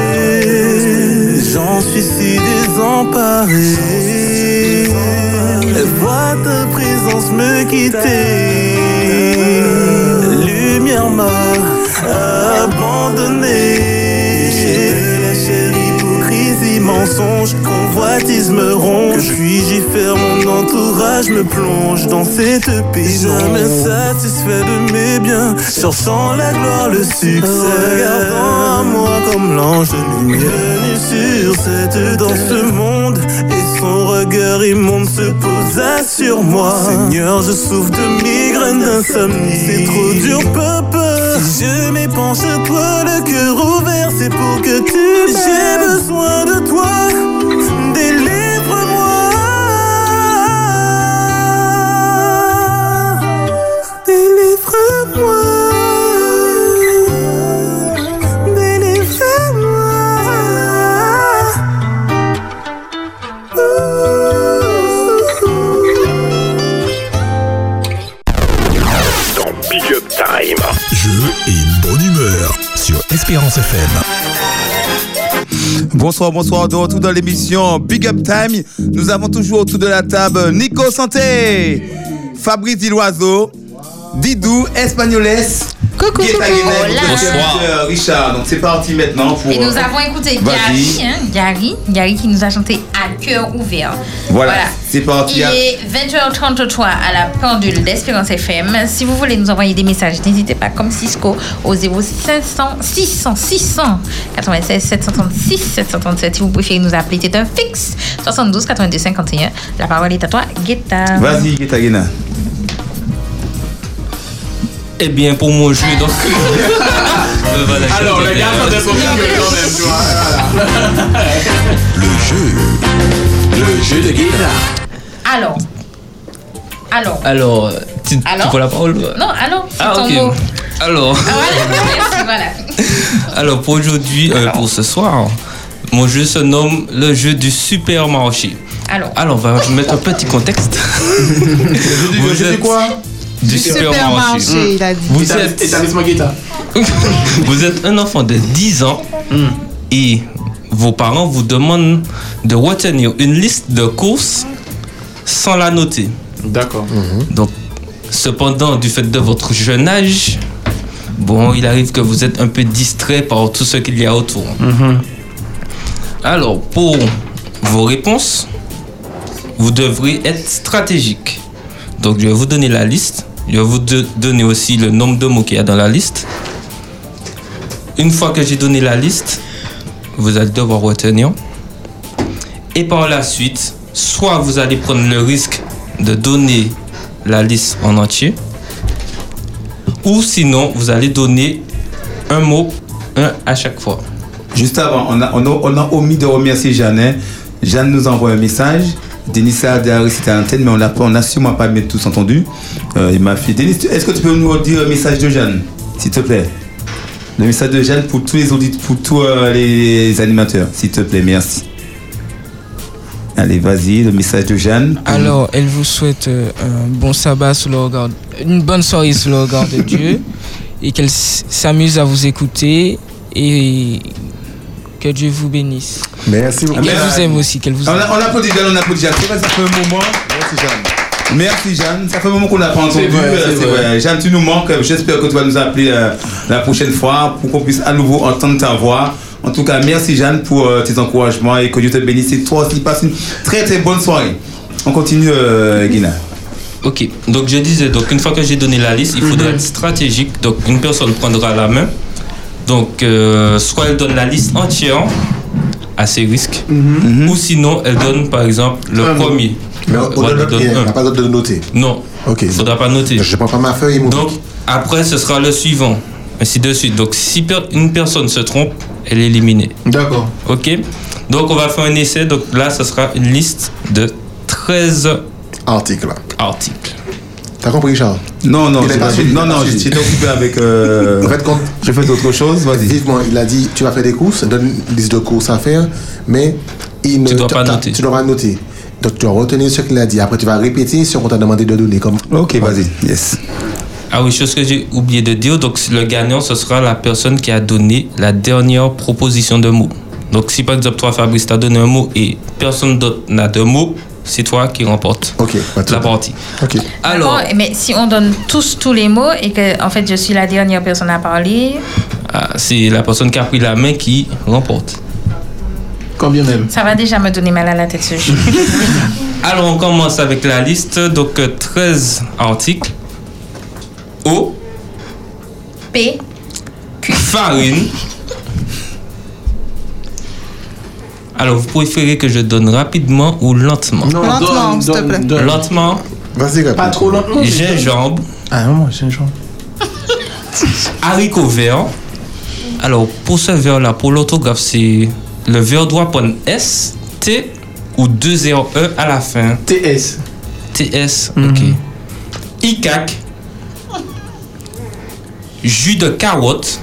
N: m'exprimer, j'en suis si désemparé. Vois ta présence me quitter. Lumière m'a abandonné. J'ai lâché l'hypocrisie, mensonge, convoitise me ronge. Que puis-je y faire mon entourage me plonge dans cette prison. Jamais satisfait de mes biens, cherchant la gloire, le succès. Regardant à moi comme l'ange de lumière. Venu sur cette dans ce monde et son regard immonde se posa sur moi. Seigneur, je souffre de migraines d'insomnie. C'est trop dur, papa. Si je m'épanche à toi, le cœur ouvert, c'est pour que tu m'aimes. J'ai besoin de toi. Délivre-moi. Délivre-moi. Délivre-moi.
M: Dans Big Up Time.
B: Jeu et une bonne humeur sur Espérance FM.
C: Bonsoir, bonsoir, de retour dans l'émission Big Up Time. Nous avons toujours autour de la table Nico Santé, Fabrice Diloiseau, Didou, Espagnoles.
F: Coucou,
C: Guetta
F: coucou.
C: Guenet,
F: Hola.
C: Bonsoir. euh, Richard, donc c'est parti maintenant pour.
F: Et nous
C: euh,
F: avons écouté
C: Vas-y.
F: Gary, hein, Gary, Gary qui nous a chanté à cœur ouvert.
C: Voilà, c'est parti.
F: Il est 21h33 à la pendule d'Espérance FM. Si vous voulez nous envoyer des messages, n'hésitez pas, comme Cisco, au 0500 600 600 96 736 737. Si vous préférez nous appeler, c'est un fixe 72 82 51. La parole est à toi, Guetta.
C: Vas-y, Guetta Guena.
G: Eh bien, pour mon jeu, donc. Euh, voilà, je
E: Alors,
G: vais
E: le gars,
G: faire-
E: attendait son film quand même, tu vois.
G: Le jeu de guitare.
F: Alors. Alors.
G: Alors, euh, tu, tu
F: Alors
G: prends la parole euh,
F: Non, alors, c'est
G: Ah,
F: ton
G: ok.
F: mot.
G: Alors,
F: Ah, voilà, merci, voilà.
G: alors pour aujourd'hui, euh, pour ce soir, mon jeu se nomme le jeu du supermarché.
F: Alors.
G: Alors, on va mettre un petit contexte. le jeu du quoi Du supermarché.
D: Supermarché, il a dit.
G: Vous êtes
E: Établissement Guetta.
G: Vous êtes un enfant de 10 ans et vos parents vous demandent de retenir une liste de courses sans la noter.
E: D'accord.
G: Donc, cependant, du fait de votre jeune âge, bon, il arrive que vous êtes un peu distrait par tout ce qu'il y a autour. Alors, pour vos réponses, vous devrez être stratégique. Donc, je vais vous donner la liste. Je vais vous de- donner aussi le nombre de mots qu'il y a dans la liste. Une fois que j'ai donné la liste, vous allez devoir retenir. Et par la suite, soit vous allez prendre le risque de donner la liste en entier, ou sinon vous allez donner un mot, un à chaque fois.
C: Juste avant, on a, on a- on a omis de remercier Jeanne. hein. Jeanne nous envoie un message. Denissa Adaris était à l'antenne, mais on n'a pas- on n'a sûrement pas bien tous entendu. Euh, et ma fille, Denis, est-ce que tu peux nous dire le message de Jeanne, s'il te plaît Le message de Jeanne pour tous les auditeurs, pour tous euh, les animateurs, s'il te plaît, merci. Allez, vas-y, le message de Jeanne.
O: Alors, elle vous souhaite euh, un bon sabbat sous le regard, une bonne soirée sous le regard de Dieu et qu'elle s- s'amuse à vous écouter et que Dieu vous bénisse.
H: Merci
O: beaucoup. Qu'elle vous aime aussi, qu'elle vous
C: on,
O: aime.
C: a- on applaudit Jeanne, on applaudit Jeanne. C'est vrai, ça fait un moment. Merci Jeanne. Merci Jeanne. Ça fait un moment qu'on n'a pas
E: C'est
C: entendu.
E: vrai,
C: euh,
E: c'est
C: c'est
E: vrai.
C: vrai. Jeanne, tu nous manques. J'espère que tu vas nous appeler euh, la prochaine fois pour qu'on puisse à nouveau entendre ta voix. En tout cas, merci Jeanne pour euh, tes encouragements et que Dieu te bénisse. Et toi aussi, passe une très très bonne soirée. On continue, euh, Guina.
G: Ok, donc je disais, donc une fois que j'ai donné la liste, il faudra être stratégique. Donc une personne prendra la main. Donc euh, soit elle donne la liste entière à ses risques, ou sinon elle donne par exemple le
H: Un mot.
G: premier.
H: Mais on- on
G: Ouais,
H: donne le
G: elle donne
H: pied,
G: un.
H: on n'a pas le droit de noter.
G: Non.
H: Ok.
G: Il faudra pas noter. Je
H: prends pas ma feuille.
G: Donc après, ce sera le suivant. Ainsi de suite. Donc si per- une personne se trompe, elle est éliminée.
E: D'accord.
G: Ok. Donc on va faire un essai. Donc là, ce sera une liste de 13
H: articles.
G: Articles.
H: T'as compris, Charles
C: Non, non,
H: Il est
C: j'ai
H: pas
C: pas
H: suivi,
C: suivi.
H: il est
C: Non,
H: pas
C: non,
H: suivi.
C: j'étais occupé avec. euh,
H: En fait, quand
C: j'ai fait autre chose, vas-y.
H: Vivement, il a dit tu vas faire des courses, donne une liste de courses à faire, mais il ne, tu dois pas noter. Tu devras noter. Donc tu dois retenir ce qu'il a dit. Après, tu vas répéter ce qu'on t'a demandé de donner. Comme...
C: Ok, vas-y. Yes.
G: Ah oui, chose que j'ai oublié de dire, donc le gagnant, ce sera la personne qui a donné la dernière proposition de mot. Donc si par exemple toi, Fabrice, t'as donné un mot et personne d'autre n'a de mot, c'est toi qui remporte la partie.
F: Alors, mais si on donne tous tous les mots et que en fait je suis la dernière personne à parler,
G: Ah, c'est la personne qui a pris la main qui remporte.
E: Combien même
F: ça va déjà me donner mal à la tête ce jeu.
G: Alors on commence avec la liste, donc euh, 13 articles. Eau,
F: P,
G: farine. Alors vous préférez que je donne rapidement ou lentement
E: Non, Lentement, donne, s'il te donne, plaît. donne.
G: Lentement.
H: Vas-y,
E: Pas trop lentement, mais donne.
G: Gingembre.
O: Ah non, gingembre.
G: Haricot vert. Alors, pour ce verre-là, pour l'autographe, c'est le verre doit prendre S, T ou 2 R, E à la fin.
E: TS.
G: TS, ok. ICAC. Jus de carotte.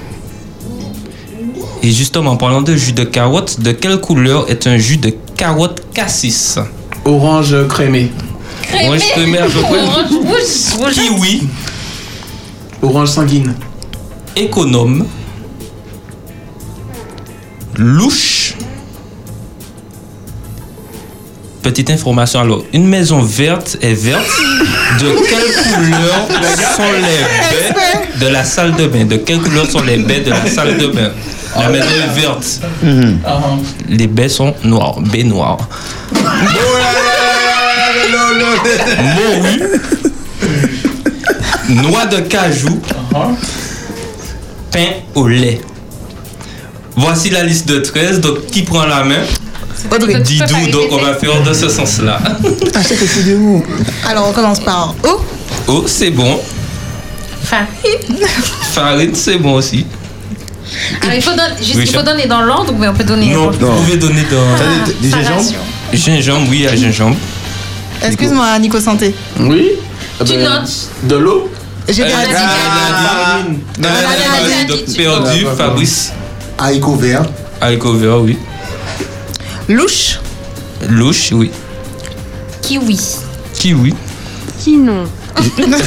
G: Et justement, en parlant de jus de carotte, de quelle couleur est un jus de carotte cassis
E: Orange crémé.
G: Orange crémé à peu près.
F: Orange, rouge, rouge.
G: Kiwi.
E: Orange sanguine.
G: Économe. Louche. Petite information, alors, une maison verte est verte. De quelle couleur sont les baies de la salle de bain De quelle couleur sont les baies de la salle de bain La maison est verte. Les baies sont noires, baies noires. Morue. Noix de cajou. Pain au lait. Voici la liste de 13. Donc, qui prend la main
D: Audrey.
G: Didou, donc on va faire de ce sens-là.
D: Ah, c'est que c'est de vous. Alors, on commence par O.
G: Oh, c'est bon.
F: Enfin,
G: Farine, c'est bon aussi.
F: alors, Ah, il faut, don- juste, il
G: Richard.
F: faut donner dans l'ordre, mais on peut donner.
G: Non, vous pouvez donner dans.
F: T'as des- des Ah, gingembre ration.
G: Gingembre, oui, à gingembre.
D: Excuse-moi, Nico Santé.
E: Oui.
G: Ah
D: Tu ben, notes.
E: De l'eau.
D: J'ai bien
C: Ah,
D: dit.
G: Euh, Non, non, non, non, donc perdu, Fabrice.
H: Haricot vert.
G: Haricot vert, oui.
D: Louche.
G: Louche, oui.
F: Kiwi.
G: Kiwi.
P: Qui non
F: Euh,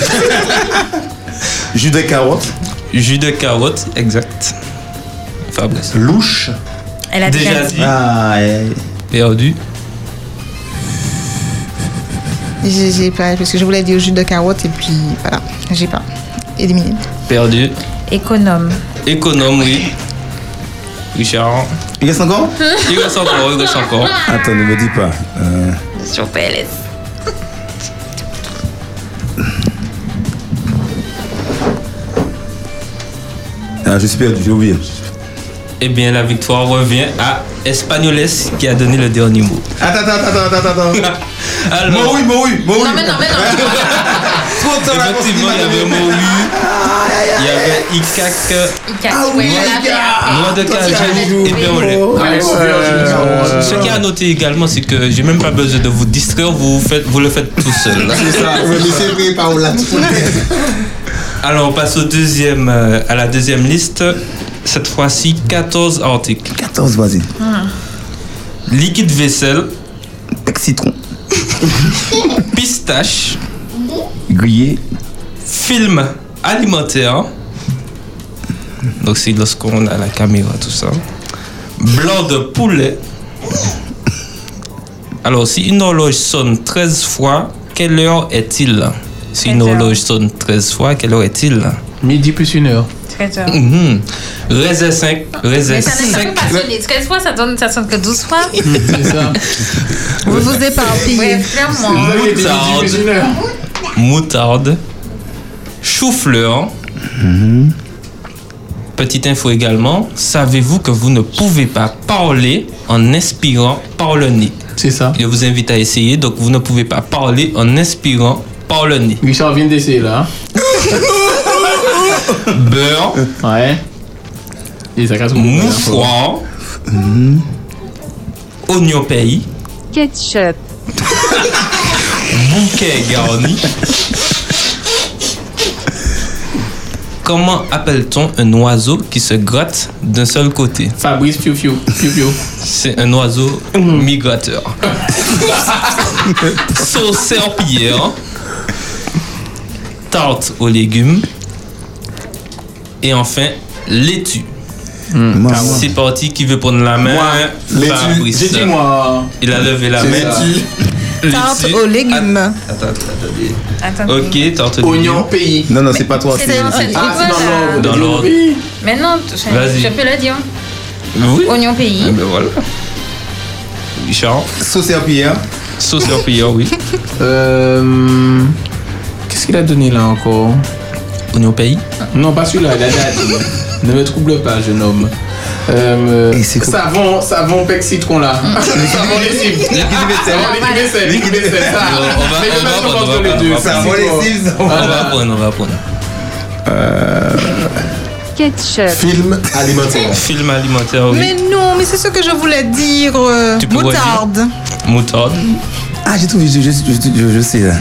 G: Jus de carotte. Jus de carotte, exact. Fabrice.
H: Louche.
F: Elle a
G: Déjà
F: déjà
G: dit.
F: dit.
G: Ah, Perdu.
D: J'ai j'ai pas, parce que je voulais dire jus de carotte et puis voilà, j'ai pas. Éliminé.
G: Perdu.
F: Économe.
G: Économe, oui. Richard.
C: Il reste encore
G: Il reste encore, il reste encore.
C: Attends, ne me dis pas. Euh,
F: Sur PLS.
C: ah, je suis perdu, j'ai oublié.
G: Eh bien, la victoire revient à Espagnoles qui a donné le dernier mot.
C: Attends, attends, attends, attends, attends.
G: Alors,
C: Moui, Moui, Moui.
F: Non, mais non, mais non.
G: Effectivement, il y avait Moru, il y avait Ikak,
F: Ikat, ouais, je l'avais appelé.
H: Ah,
G: Noir de
F: Toi, tu l'avais
G: Cajou et
F: trouvé.
G: Béolé.
H: oh.
G: Euh, Ah, Ce qui est à noter également, c'est que j'ai même pas besoin de vous distraire, vous, faites, vous le faites tout seul.
H: C'est ça, ouais, mais c'est vrai, Paola. tu vois.
G: Alors on passe au deuxième, euh, à la deuxième liste. Cette fois-ci, 14 articles.
C: 14, vas-y.
G: Liquide vaisselle.
C: citron.
G: Pistache.
C: Grillé.
G: Film alimentaire. Donc c'est lorsqu'on a la caméra, tout ça. Blanc de poulet. Alors si une horloge sonne 13 fois, quelle heure est-il Si une horloge sonne 13 fois, quelle heure est-il
P: Midi plus une heure.
F: 13 heures.
G: Mhm. Raisin 5, raisin
F: Mais ça ne ça
G: 5.
F: peut pas sonner 13 fois, ça donne, ça sonne que 12 fois.
D: Vous vous éparpillez.
F: Ouais, clairement.
G: Moutarde. Moutarde. Chou-fleur.
P: Mhm.
G: Petite info également, savez-vous que vous ne pouvez pas parler en inspirant par le nez
P: C'est ça.
G: Je vous invite à essayer, donc vous ne pouvez pas parler en inspirant par le nez.
P: Richard vient d'essayer là.
G: Beurre.
P: Ouais. Et ça casse mon
G: Mouchoir. Oignon pays.
Q: Ketchup.
G: bouquet garni. Comment appelle-t-on un oiseau qui se gratte d'un seul côté
P: Fabrice Piu Piu.
G: C'est un oiseau
P: Mhm.
G: migrateur. Sauce serpillière. Tarte aux légumes. Et enfin, laitue.
P: moi,
G: Ah,
P: moi.
G: C'est parti, qui veut prendre la main
P: Mhm. Moi, laitue.
G: Fabrice.
P: J'ai dit moi.
G: Il a levé la
P: C'est
G: main.
P: ça.
D: Tarte
G: Laitue.
D: aux légumes.
G: Attends, attendez.
F: Attends.
G: Ok, tarte
P: Oignon pays.
C: Non, non, c'est pas toi.
F: C'est dans cette
P: Ah, c'est dans
F: là.
P: l'ordre.
G: Dans l'ordre.
F: Mais non, je,
G: Vas-y.
F: je peux le dire.
G: Oui.
F: Oignon
G: Ah
F: pays.
G: ben voilà. Richard.
C: Sauce serpillière.
P: Ah,
G: Sauce serpillière, oui.
P: Euh, Qu'est-ce qu'il a donné là encore
G: Oignon pays
P: Non, pas celui-là, la date. ne me trouble pas, jeune homme. Euh, savon, savon pec citron là.
G: Mm.
P: savon lessive.
C: Liquide vaisselle.
P: Savon liquide vaisselle. Liquide vaisselle, ça.
G: On va,
P: Mais
G: on va
P: je
G: prendre,
P: pense
G: on va
P: que les
G: prendre,
P: deux,
G: on va
P: ça,
G: prendre.
P: c'est
G: On
P: bon.
G: va prendre, on va prendre.
P: Euh,
Q: Ketchup.
H: Film alimentaire.
G: Film alimentaire, oui.
D: Mais non, mais c'est ce que je voulais dire. euh,
G: Tu pourrais
D: Moutarde.
G: Moutarde.
C: Ah, j'ai trouvé, je, je, je- je- je sais là.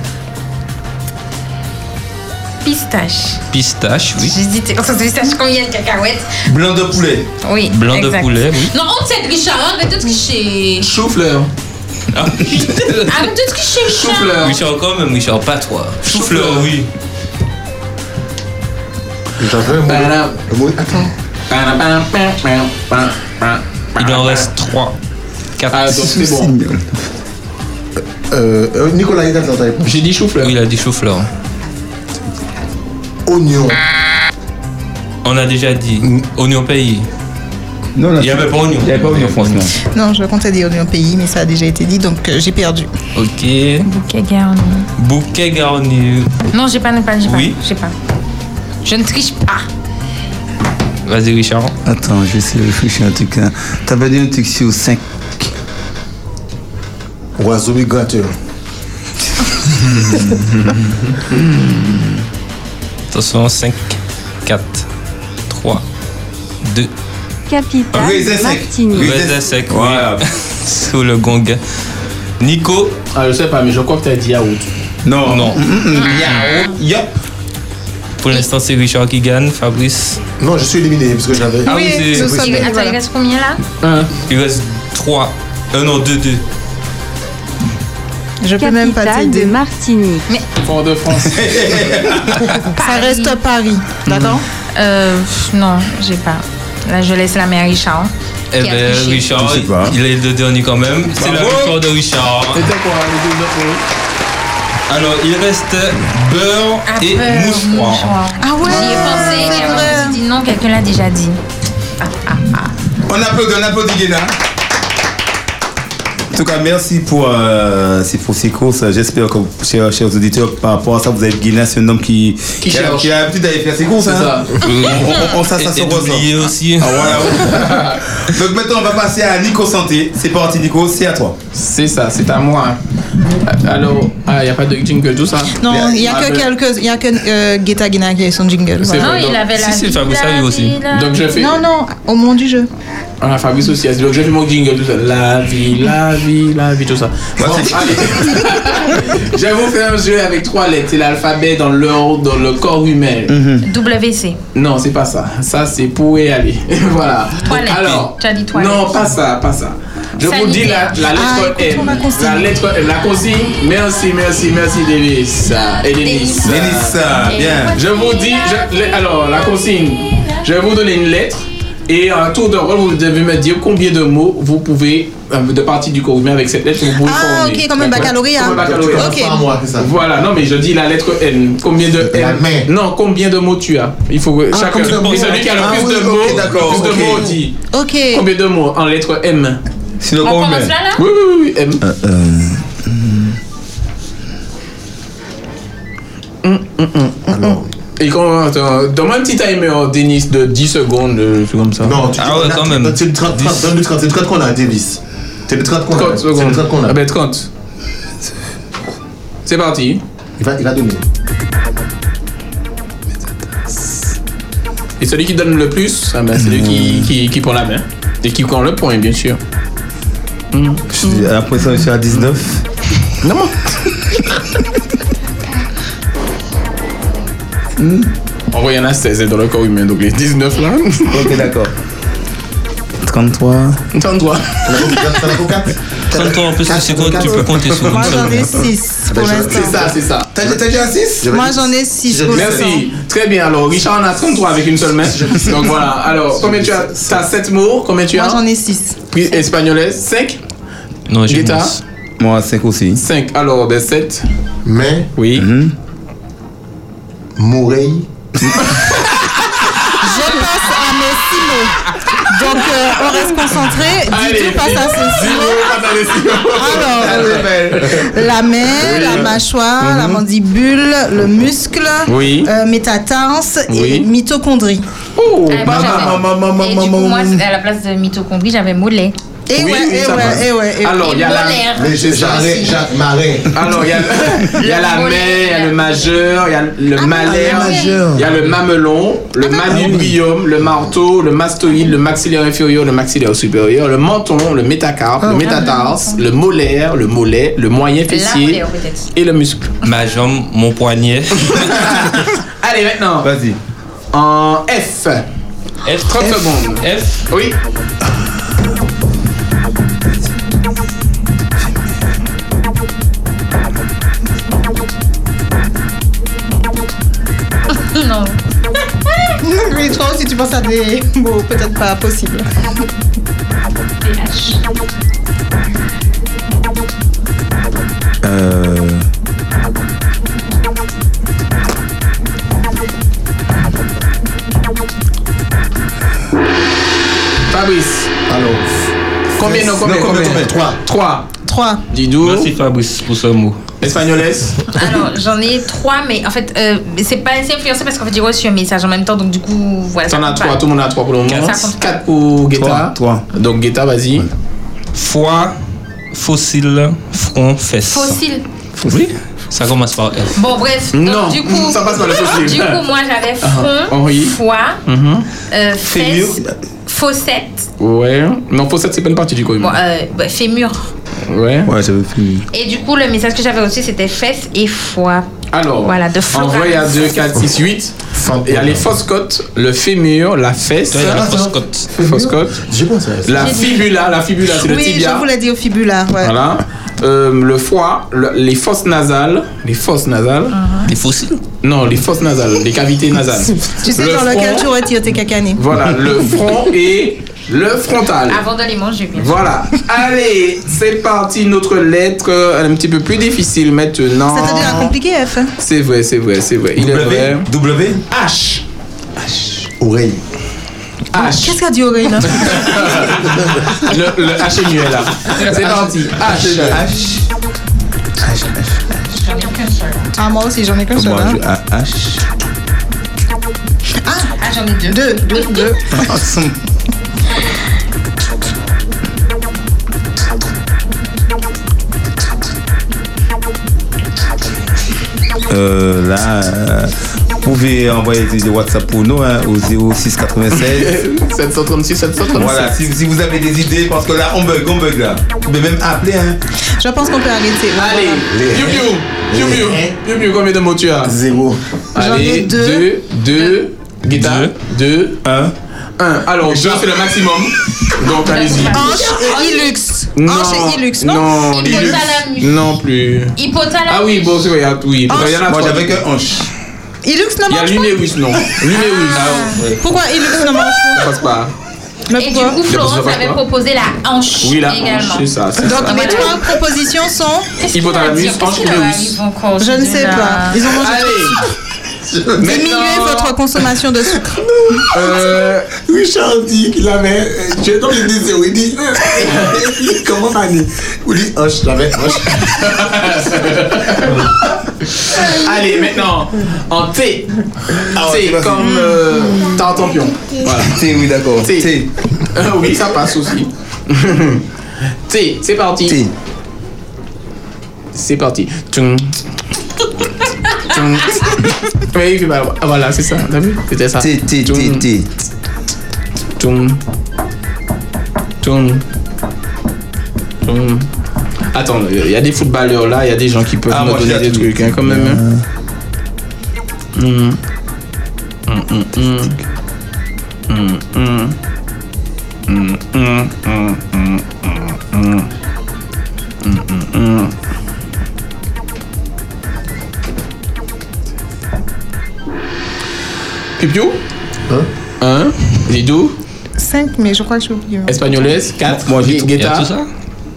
G: bah.
F: Pistache.
G: Pistache, oui.
F: J'hésitais. Entre pistache, combien de cacahuètes
C: Blanc de poulet.
F: Oui.
G: Blanc de
F: exact.
G: poulet, oui.
F: Non, on sait Richard, arrête de tricher.
P: Chou-fleur.
G: Ah.
F: Arrête de tricher, Richard.
P: Chou-fleur.
G: Richard, quand même, Richard, pas toi. Chou-fleur, oui.
H: J'avais un
P: Voilà.
H: mot. Attends.
G: Il en reste 3. 4.
P: Ah, donc c'est bon.
H: Euh, euh, Nicolas, il est dans ta réponse.
P: J'ai dit chou-fleur.
G: Oui, il a dit chou-fleur.
H: Oignon.
G: On a déjà dit
H: Mm.
G: oignon pays.
C: Non,
G: il n'y avait pas oignon. Il n'y avait pas oignon, franchement.
D: Non, je comptais dire oignon pays, mais ça a déjà été dit, donc euh, j'ai perdu.
G: Ok.
F: Bouquet garni.
G: Bouquet garni.
F: Non, j'ai pas, j'ai pas, j'ai pas.
G: Oui. Ah
F: J'ai pas. Je ne triche pas.
G: Vas-y, Richard.
C: Attends, je vais essayer de réfléchir un truc. hein. T'avais dit un truc sur 5.
H: Oiseau migrateur.
G: Attention, 5, 4, 3, 2.
Q: Capital. Martini.
G: Raisin sec, oui. Sous le gong. Nico.
P: Ah, je sais pas, mais je crois que t'as dit yaourt.
C: Non.
G: Non.
C: Yaourt. Yep.
G: Pour l'instant, c'est Richard qui gagne. Fabrice.
H: Non, je suis éliminé parce que j'avais.
G: Ah oui, c'est-
F: Attends, il reste combien là
G: Il reste 3. Euh, non, 2, 2.
D: Je peux même pas
Q: Capitale de
D: t'aider.
Q: Martinique.
P: Fort de France.
D: Ça reste Paris, d'accord
F: Euh, pff, non, j'ai pas. Là, je laisse la mère Richard. hein.
G: Eh
F: qui a
G: ben,
F: triché.
G: Richard, il est le dernier quand même. C'est la
P: Bravo.
G: victoire de Richard.
P: C'était quoi euh, les deux autres
G: Alors, il reste beurre
F: Ah,
G: et hein.
F: beurre,
G: mouchoir.
F: mouchoir.
D: Euh, Ah ouais
F: J'y ai pensé, mais après, je me suis dit non, quelqu'un l'a déjà dit.
C: On applaudit, on applaudit Guéna. tout cas, merci pour euh, ces pour ces courses. J'espère que, vous, chers, chers auditeurs, par rapport à ça, vous avez guiné un homme qui,
R: Qui
C: a,
R: cherche.
C: qui a l'habitude d'aller faire ses courses.
R: C'est
C: hein.
R: ça.
C: On, on- on- ça, ça
R: Et-
C: se
R: et
C: ressent.
R: d'oublier aussi.
C: Ah, voilà. Donc maintenant, on va passer à Nico Santé. C'est parti, Nico, c'est à toi.
E: C'est ça, c'est à moi. Alors, il n'y a pas de jingle, tout ça Ah,
D: Non, il n'y a que quelques. Il n'y a que euh, Guetta Guina qui a son jingle.
E: C'est
D: voilà.
E: vrai, donc-
F: la si, Fabrice a eu aussi. villa.
E: Donc je fais.
D: Non, non, au moment du jeu.
E: Ah, Fabrice aussi, a dit, donc je fais mon jingle, tout ça. La vie, la vie, la vie, tout ça. Bon, allez. je vais vous faire un jeu avec trois lettres. C'est l'alphabet dans l'ordre, dans le corps humain.
F: WC.
E: Non, c'est pas ça. Ça, c'est pour y aller. voilà.
F: Trois lettres.
E: Alors,
F: Tu as dit trois
E: non,
F: lettres.
E: pas ça, pas ça. Je vous dis la, la
F: Sanitaire. Ah,
E: lettre
F: écoute, on
E: M.
F: va consigne.
E: La lettre M. La consigne. Merci, merci, merci, Denis. Et Denis.
C: Denis,
E: Ah,
C: bien.
E: Je vous dis. je- le- alors, la consigne. Je vais vous donner une lettre. Et un tour de rôle, vous devez me dire combien de mots vous pouvez, euh, de partie du corps humain avec cette lettre, vous pouvez
D: Ah,
E: former.
D: ok, comme un
E: D'accord.
D: baccalauréat.
H: hein.
E: Comme un baccalauréat.
D: Ok. Par mois,
H: c'est ça.
E: Voilà, non, mais je dis la lettre N. Combien de N Non, combien de mots tu as Il faut que
H: Ah,
E: chacun.
H: combien de mots
E: celui qui a le
H: Ah
E: plus
H: oui,
E: de
H: ok,
E: mots,
H: d'accord,
E: plus de
H: ok.
E: mots dit.
D: Ok.
E: Combien de mots en lettre M
C: C'est
F: le On corps humain. commence là, là
E: Oui, oui, oui, oui, M. Alors. Et quand, attends, donne-moi un petit timer, hein, Denis, de 10 secondes, euh, c'est comme ça.
H: Non, tu
E: ah ouais, quand même.
H: C'est le 30, 30, donne le 30, c'est le 30 qu'on a, Davis. C'est le 30 qu'on a.
E: 30
H: C'est le 30 qu'on
E: secondes.
H: a.
E: Ah ben 30. C'est parti.
H: Il va, il va donner.
E: Et celui qui donne le plus, ah ben, c'est lui
C: Hmm.
E: qui, qui, qui prend la main. Et qui prend le point, bien sûr.
C: Je suis à la pression, je suis à 19.
E: Non En vrai, il y en a 16 dans le corps humain, donc les 19 là.
C: Ok, d'accord.
E: 33. 33.
G: 33 en plus, c'est quoi Tu peux compter sur
D: Moi
G: une seule
D: j'en ai
G: main.
D: 6 pour
E: Ah ben, je-
D: l'instant.
E: c'est ça, c'est ça. T'as- t'as déjà six
D: Moi j'en ai 6 pour l'instant.
E: Merci. Très bien. Alors, Richard en a 33 avec une seule main. Donc voilà. Alors, combien tu as T'as 7 mots. Combien tu as
D: Moi j'en ai 6.
E: Puis espagnolaise, 5
G: Non,
C: j'ai
E: Guetta
C: moins. Moi, 5 aussi.
E: 5. Alors, ben 7.
H: Mais.
E: Oui.
H: Mourir.
D: Je passe à mes 6 mots. Donc euh, on reste concentré.
E: Allez,
D: Dites-vous passe à ces 6
E: dis-nous, passe à ces six
D: mots.
E: Ah,
D: Alors, la main,
E: Oui. Mhm.
D: la mâchoire, la mandibule, le muscle,
E: Oui.
D: euh, métatarse et
E: Oui.
D: mitochondrie.
F: Ah,
E: Oh,
F: moi, j'avais- Et du coup, moi, c'est- à la place de mitochondrie, j'avais mollet.
D: Et
E: Oui,
D: ouais, et
E: ça
D: ouais,
E: va.
D: et ouais, et ouais.
E: Alors, il y a la.
F: Molaire.
H: Mais j'ai- j'arrête, Jacques Marais.
E: Alors, il y a, il y a la
F: Molaire.
E: mère, il y a le majeur, il y a le malaire,
H: le majeur.
E: il y a le mamelon, le manubrium, le marteau, le mastoïde, le maxillaire inférieur, le maxillaire supérieur, le menton, le métacarpe,
G: Ah,
E: le métatarse, le molaire, le mollet, le moyen fessier
F: molaire, peut-être.
E: et le muscle.
G: Ma jambe, mon poignet.
E: Allez, maintenant.
C: Vas-y.
E: En F.
G: F,
E: 30 secondes.
G: F.
E: Oui.
F: non.
D: Mais toi aussi tu penses à des mots peut-être pas possibles.
C: Euh...
E: Fabrice.
H: Alors.
E: Combien, non, combien, combien,
H: 3.
E: 3.
D: 3.
E: Didou.
G: Merci Fabrice pour ce mot.
E: Espagnoles.
F: Alors, j'en ai trois, mais en fait, euh, c'est pas assez influencé parce qu'en fait, j'ai reçu un message en même temps, donc du coup, voilà. ça
E: T'en as
F: compte
E: 3,
F: pas.
E: tout le monde a 3 pour le moment.
F: Ça compte pas.
E: 4 pour Guetta.
C: Toi.
E: Donc Guetta, vas-y.
G: Foie, fossile, front, fesse.
F: Fossile.
G: Oui, ça commence par F.
F: Bon, bref.
G: Non,
F: donc, du coup,
G: ça passe par le fossile.
F: Du coup, moi, j'avais
E: Ah,
F: front,
E: oui.
F: foie,
E: Mm-hmm.
F: euh,
E: Fémur.
F: fesse, fossette,
E: Ouais. Non, fossette, c'est pas une partie du corps
F: bon,
E: humain.
F: euh, bah, fémur.
E: Ouais.
C: Ouais, j'avais fini.
F: Et du coup, le message que j'avais reçu, c'était fesses et foie.
E: Alors,
F: Voilà, de
E: en
F: Florence.
E: vrai, il y a 2, 4, 6, 8. Il y a les fausses côtes, le fémur, la fesse.
G: il y a la fausse
E: côte. côte. La
D: J'ai dit.
E: fibula, la fibula, c'est le
D: oui, je
E: tibia.
D: vous l'ai dit au fibula. Ouais.
E: Voilà. Euh, le foie, le- les fosses nasales. Les fosses nasales.
D: Ah,
G: Les fossiles
E: Non, les fosses nasales, les cavités nasales.
D: Tu sais
E: Le
D: dans lequel
E: front,
D: tu retires tes cacanées.
E: Voilà, le front et le frontal.
F: Avant de les manger, bien sûr.
E: Voilà. Allez, c'est parti. Notre lettre euh, un petit peu plus difficile maintenant.
D: Ça te devient compliqué, F. hein.
E: C'est vrai, c'est vrai, c'est vrai. Il est
C: W,
E: vrai.
C: W
E: H.
H: Oreille.
E: H.
D: Ah, Qu'est-ce qu'a dit Aurélie là
E: le, le H est muet là. C'est parti. H.
C: H.
D: Ah, moi aussi, j'en ai qu'un seul.
C: Moi,
D: hein.
C: je- ah, H.
D: Ah, j'en ai deux. Deux, deux, deux.
C: Euh, là, euh, vous pouvez envoyer des des WhatsApp pour nous hein, au 06 96.
E: 736, 736.
C: Voilà, si, si vous avez des idées, parce que là, on bug, on bug là. Vous pouvez même appeler. Hein.
D: Je pense qu'on peut arrêter. Allez,
E: Piu piu. Piu piu.
C: Eh,
E: Piu piu, combien de mots tu as
H: Zéro.
D: J'en ai
E: Allez,
D: deux.
E: 2, 2, guitare, 2,
C: 1.
E: 1. Alors, 2 c'est le maximum. Donc, allez-y.
D: Anche et Ilux. Anche et Ilux, non
E: Non,
F: Il
E: Linux.
F: pose à la-
E: Non plus.
F: Hypothalamus.
E: Ah oui, bon, c'est vrai, oui.
D: Ah,
E: Il y en a
D: moi,
E: trois.
D: j'avais
C: qu'un hanche.
D: Ilux ne
E: Il y a
F: bah,
D: mange
E: Lumérus, non. Lumérus.
D: Pourquoi Ilux ne mange
E: Ça passe pas.
F: Et du coup,
E: Il y a
F: Florence
E: besoin de
F: avait
E: quoi
F: proposé la hanche
E: Oui, la
F: également.
E: hanche, c'est ça. c'est
D: Donc
E: ça.
D: mes trois propositions sont.
E: Qu'est-ce qu'il Hypothalamus, va dire Qu'est-ce hanche, qu'il va Lumérus. arriver
D: Je ne sais
F: Oh, là
D: pas. Ils ont mangé
E: Allez.
D: trop de sucre. Diminuez
E: Maintenant-
D: votre consommation de sucre.
E: Euh,
H: Richard dit qu'il euh, avait. Je donc il dit zéro. Il dit. Comment ça dit Il dit oh, je l'avais. oh, je-
E: Allez, maintenant, en T. T comme euh, Tartampion. Voilà.
C: T, oui, d'accord.
E: T. Euh, oui, ça passe aussi. T, c'est parti. T. C'est parti. Tchoum. Tchoum. Mais il fait pas- ah, Voilà, c'est ça. T'as vu C'était ça.
C: T, T, T, T.
E: Tchoum. Tchoum. Tchoum. Attends, il y a des footballeurs là, il y a des gens qui peuvent
C: Ah,
E: me
C: moi,
E: donner
C: j'ai
E: des
C: tout.
E: trucs hein, quand même. hein. Hum. Hum, hum, hum. Hum, hum. Hum, hum, hum, hum, hum, hum. Hum, hum, hum. Pipiou Hein Didou
D: 5, mais je crois que j'ai oublié.
E: Espagnoles 4 Moi j'ai tout ça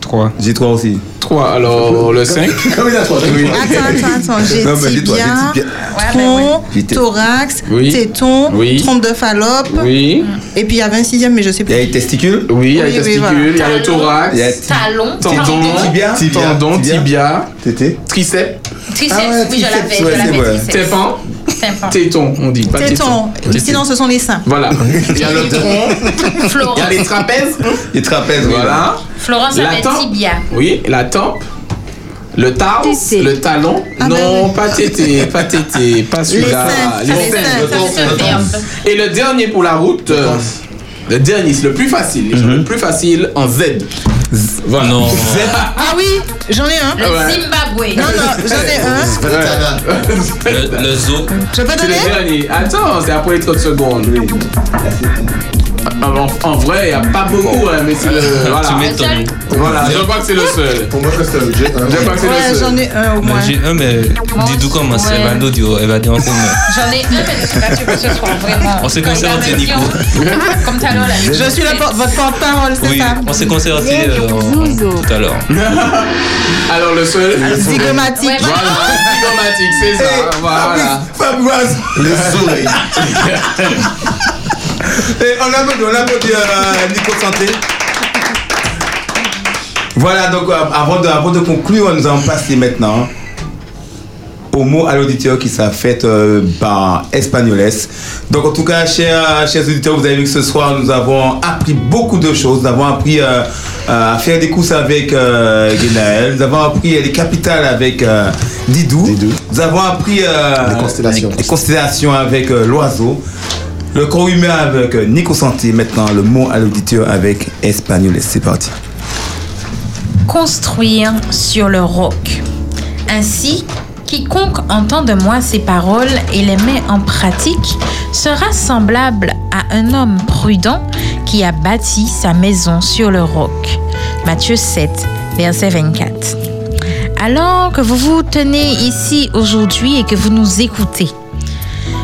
C: 3. J'ai 3 aussi.
E: 3 alors le 5
H: Comme il a trois.
E: Oui.
D: Attends, attends, attends. J'ai
E: Non, mais dis-toi,
D: tibia,
E: j'ai tibia.
D: tronc,
E: J'ai tête.
D: ben thorax,
E: Oui.
D: téton,
E: Oui.
D: trompe de Fallope.
E: Oui.
D: Et puis il y avait un sixième, mais je sais plus.
C: Il y a les testicules
E: Oui, il y a les
D: Oui, oui,
E: testicules,
D: voilà.
E: il y a le thorax,
C: Il y a
F: Talon.
E: tendon,
C: Tibia.
E: tendon, tibia,
H: tété,
E: triceps,
F: Triceps, oui, je l'appelle. je
C: ouais, c'est
F: l'appelle
C: vrai.
F: triceps.
E: tympan,
F: Tympan.
E: téton, on dit pas téton.
D: Téton. Sinon, ce sont les seins.
E: Voilà. Il y a le tronc,
F: Florence.
E: il y a les trapèzes.
C: Les trapèzes,
E: voilà.
F: Florence
E: La
F: avait
E: tempe.
F: tibia.
E: Oui, la tempe. Le tarse, le talon.
F: Ah
E: non,
F: ben
E: pas tété, pas tété, pas celui-là.
F: Les seins, ça, les seins, ça, c'est un verbe.
E: Et le dernier pour la route. euh, le dernier, c'est le plus facile. les gens,
G: Mhm.
E: Le plus facile en Z. Voilà.
G: Non.
D: Ah oui, j'en ai un.
F: Le
E: Ah Ouais.
F: Zimbabwe.
D: Non, non, j'en ai un.
G: Le, le zoo.
D: Je peux
E: C'est le
D: donner
E: dernier. Attends, c'est après les 30 secondes. En, en vrai, il n'y a pas beaucoup, hein, mais c'est le. Voilà.
G: Tu m'étonnes.
E: Voilà, je crois que c'est le seul.
H: Pour moi, c'est seul. J'ai un.
E: Je crois que c'est
D: Ouais,
E: le seul.
D: j'en ai un au
G: Mais
D: moins.
G: J'ai un, mais dis-nous comment c'est. Elle va nous dire, elle va dire encore, mais
F: J'en ai un, mais je sais pas sûr que ce soit vraiment.
G: On s'est
F: une
G: concerté,
F: intervention. Comme tout à l'heure, là.
D: Je suis la por- votre porte-parole, c'est
G: Oui,
D: ça
G: on s'est concerté euh, en- tout à l'heure.
E: Alors, le seul.
D: Zygomatique.
F: Ouais,
E: Voilà, diplomatique, c'est ça.
F: Eh,
E: Voilà.
C: Fabulous.
H: Les oreilles.
C: Et on applaudit, on applaudit euh, Nico Santé. Voilà, donc euh, avant de, avant de conclure, nous allons passer maintenant hein, au mot à l'auditeur qui sera fait euh, par Espagnoles. Donc en tout cas, chers, chers auditeurs, vous avez vu que ce soir, nous avons appris beaucoup de choses. Nous avons appris euh, euh, à faire des courses avec euh, Guénaël. Nous avons appris euh, les capitales avec euh, Didou. Nous avons appris euh,
H: Les constellations.
C: les constellations avec euh, l'oiseau. Le corps humain avec euh, Nico Santé. Maintenant, le mot à l'auditeur avec Espagnoles. C'est parti.
F: construire sur le roc. Ainsi, quiconque entend de moi ces paroles et les met en pratique sera semblable à un homme prudent qui a bâti sa maison sur le roc. Matthieu 7, verset 24. Alors que vous vous tenez ici aujourd'hui et que vous nous écoutez,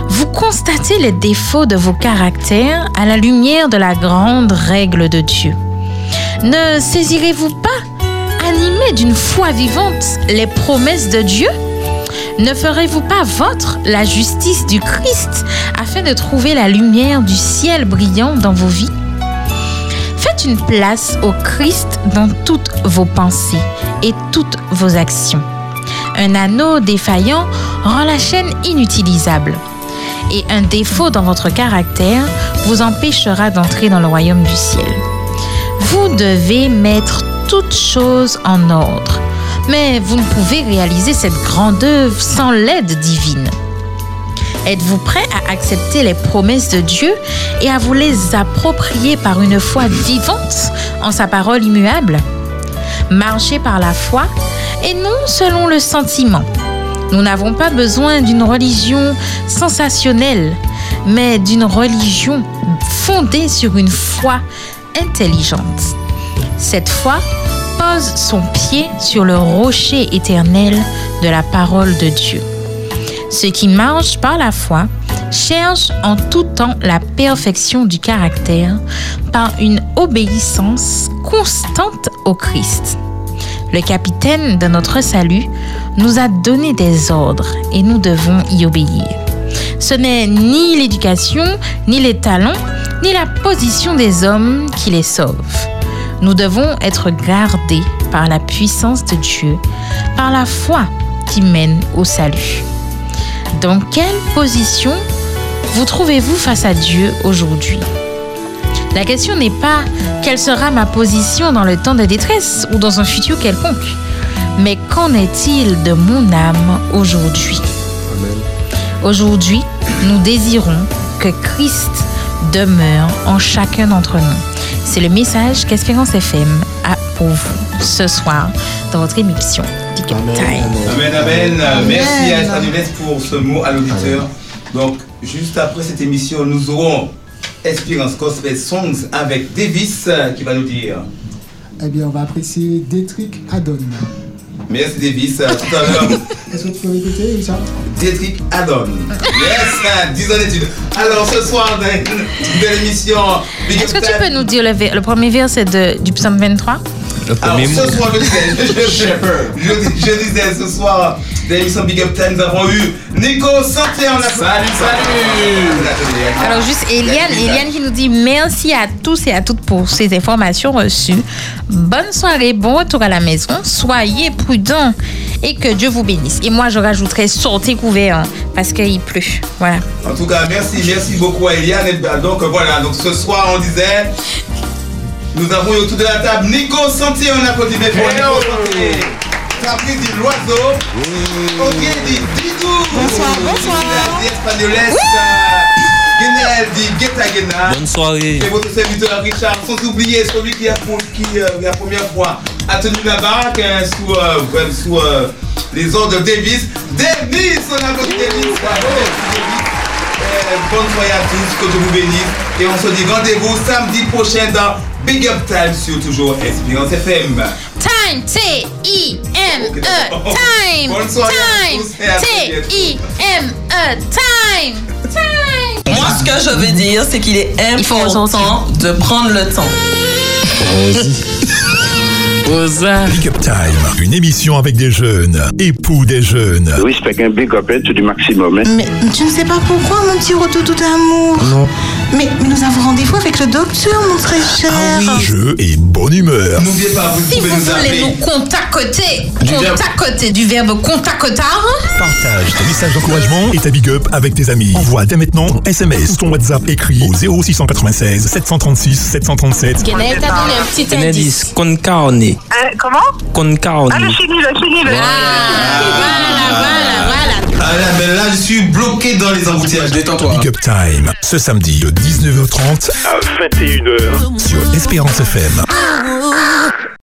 F: vous constatez les défauts de vos caractères à la lumière de la grande règle de Dieu. Ne saisirez-vous pas, animés d'une foi vivante, les promesses de Dieu Ne ferez-vous pas votre la justice du Christ afin de trouver la lumière du ciel brillant dans vos vies Faites une place au Christ dans toutes vos pensées et toutes vos actions. Un anneau défaillant rend la chaîne inutilisable et un défaut dans votre caractère vous empêchera d'entrer dans le royaume du ciel. Vous devez mettre toutes choses en ordre, mais vous ne pouvez réaliser cette grande œuvre sans l'aide divine. Êtes-vous prêt à accepter les promesses de Dieu et à vous les approprier par une foi vivante en sa parole immuable Marchez par la foi et non selon le sentiment. Nous n'avons pas besoin d'une religion sensationnelle, mais d'une religion fondée sur une foi intelligente. Cette foi pose son pied sur le rocher éternel de la parole de Dieu. Ceux qui marchent par la foi cherchent en tout temps la perfection du caractère par une obéissance constante au Christ. Le capitaine de notre salut nous a donné des ordres et nous devons y obéir. Ce n'est ni l'éducation, ni les talents, ni la position des hommes qui les sauvent. Nous devons être gardés par la puissance de Dieu, par la foi qui mène au salut. Dans quelle position vous trouvez-vous face à Dieu aujourd'hui La question n'est pas quelle sera ma position dans le temps de détresse ou dans un futur quelconque, mais qu'en est-il de mon âme aujourd'hui Aujourd'hui, nous désirons que Christ demeure en chacun d'entre nous. C'est le message qu'Espérance FM a pour vous ce soir dans votre émission Pick Up Time.
C: Amen, amen.
F: Amen.
C: Merci à Stanislas pour ce mot à l'auditeur. Donc, juste après cette émission, nous aurons Espérance Gospel Songs avec Davis euh, qui va nous dire.
A: Eh bien, on va apprécier Détrick Adon.
C: Merci Davis, à tout à l'heure.
A: Est-ce que tu peux répéter, Richard
C: Dietrich Adon. Yes, 10 ans d'études. Alors ce soir, de, de l'émission Big
F: Est-ce que tu peux nous dire le, ver- le premier verset de- du psaume 23
C: Alors,
F: premier mot.
C: ce soir, je disais, je, je- je- je disais, ce soir, dans l'émission Big Up Time, nous avons eu Nico Santé en Afrique. Salut, salut.
F: Alors juste Eliane, Eliane qui nous dit merci à tous et à toutes pour ces informations reçues. Bonne soirée, bon retour à la maison. Soyez prudents et que Dieu vous bénisse. Et moi je rajouterai sortez couverts hein, parce qu'il pleut. Voilà.
C: En tout cas, merci, merci beaucoup à Eliane. Et ben, donc voilà, donc ce soir, on disait, nous avons eu autour de la table Nico Santé, on applaudit mais pour Nico Santé. Fabrice dit l'oiseau. Ok, dit Didou. Bonsoir, bonsoir. La dit espagnolesse. euh, Guénel dit Guetta Guéna.
G: Bonne soirée.
C: Et votre serviteur Richard, sans oublier celui qui, a, pour- qui euh, la première fois a tenu la barque euh, sous, euh, euh, sous, euh, les ordres de Davis. Davis, on applaudit Davis. Bravo, merci, Davis. Euh, bonne soirée à tous, que Dieu vous bénisse. Et on se dit rendez-vous samedi prochain dans Big Up Time sur toujours Espérance FM.
F: Time T I M E time
C: Bonne soirée à
F: time
C: tous et à
F: T I M E time time
S: Moi, ce que je veux dire, c'est qu'il est important de prendre le temps.
B: Big Up Time, une émission avec des jeunes, époux des jeunes.
M: Oui, c'est un big up, hein, tout du maximum. hein.
T: Mais tu ne sais pas pourquoi, mon petit retour tout amour.
B: Non.
T: Mais, mais nous avons rendez-vous avec le docteur, mon très cher.
B: Jeu et bonne humeur.
C: N'oubliez pas, vous
F: Si vous voulez nous contacter,
B: Du verbe-
F: contacter du verbe contactar,
B: Partage tes messages d'encouragement et ta big up avec tes amis. Envoie dès maintenant ton SMS ou ton WhatsApp écrit au 0696 736 737.
F: Guénel t'a donné un petit indice.
G: Enedis, concarne.
F: comment
G: Concarne.
F: chenille, le chenille.
C: Ah là, mais là, je suis bloqué dans les embouteillages. Détends-toi.
B: Big Up Time, ce samedi de 19h30
M: À 21h.
S: Ah.
B: sur Espérance FM.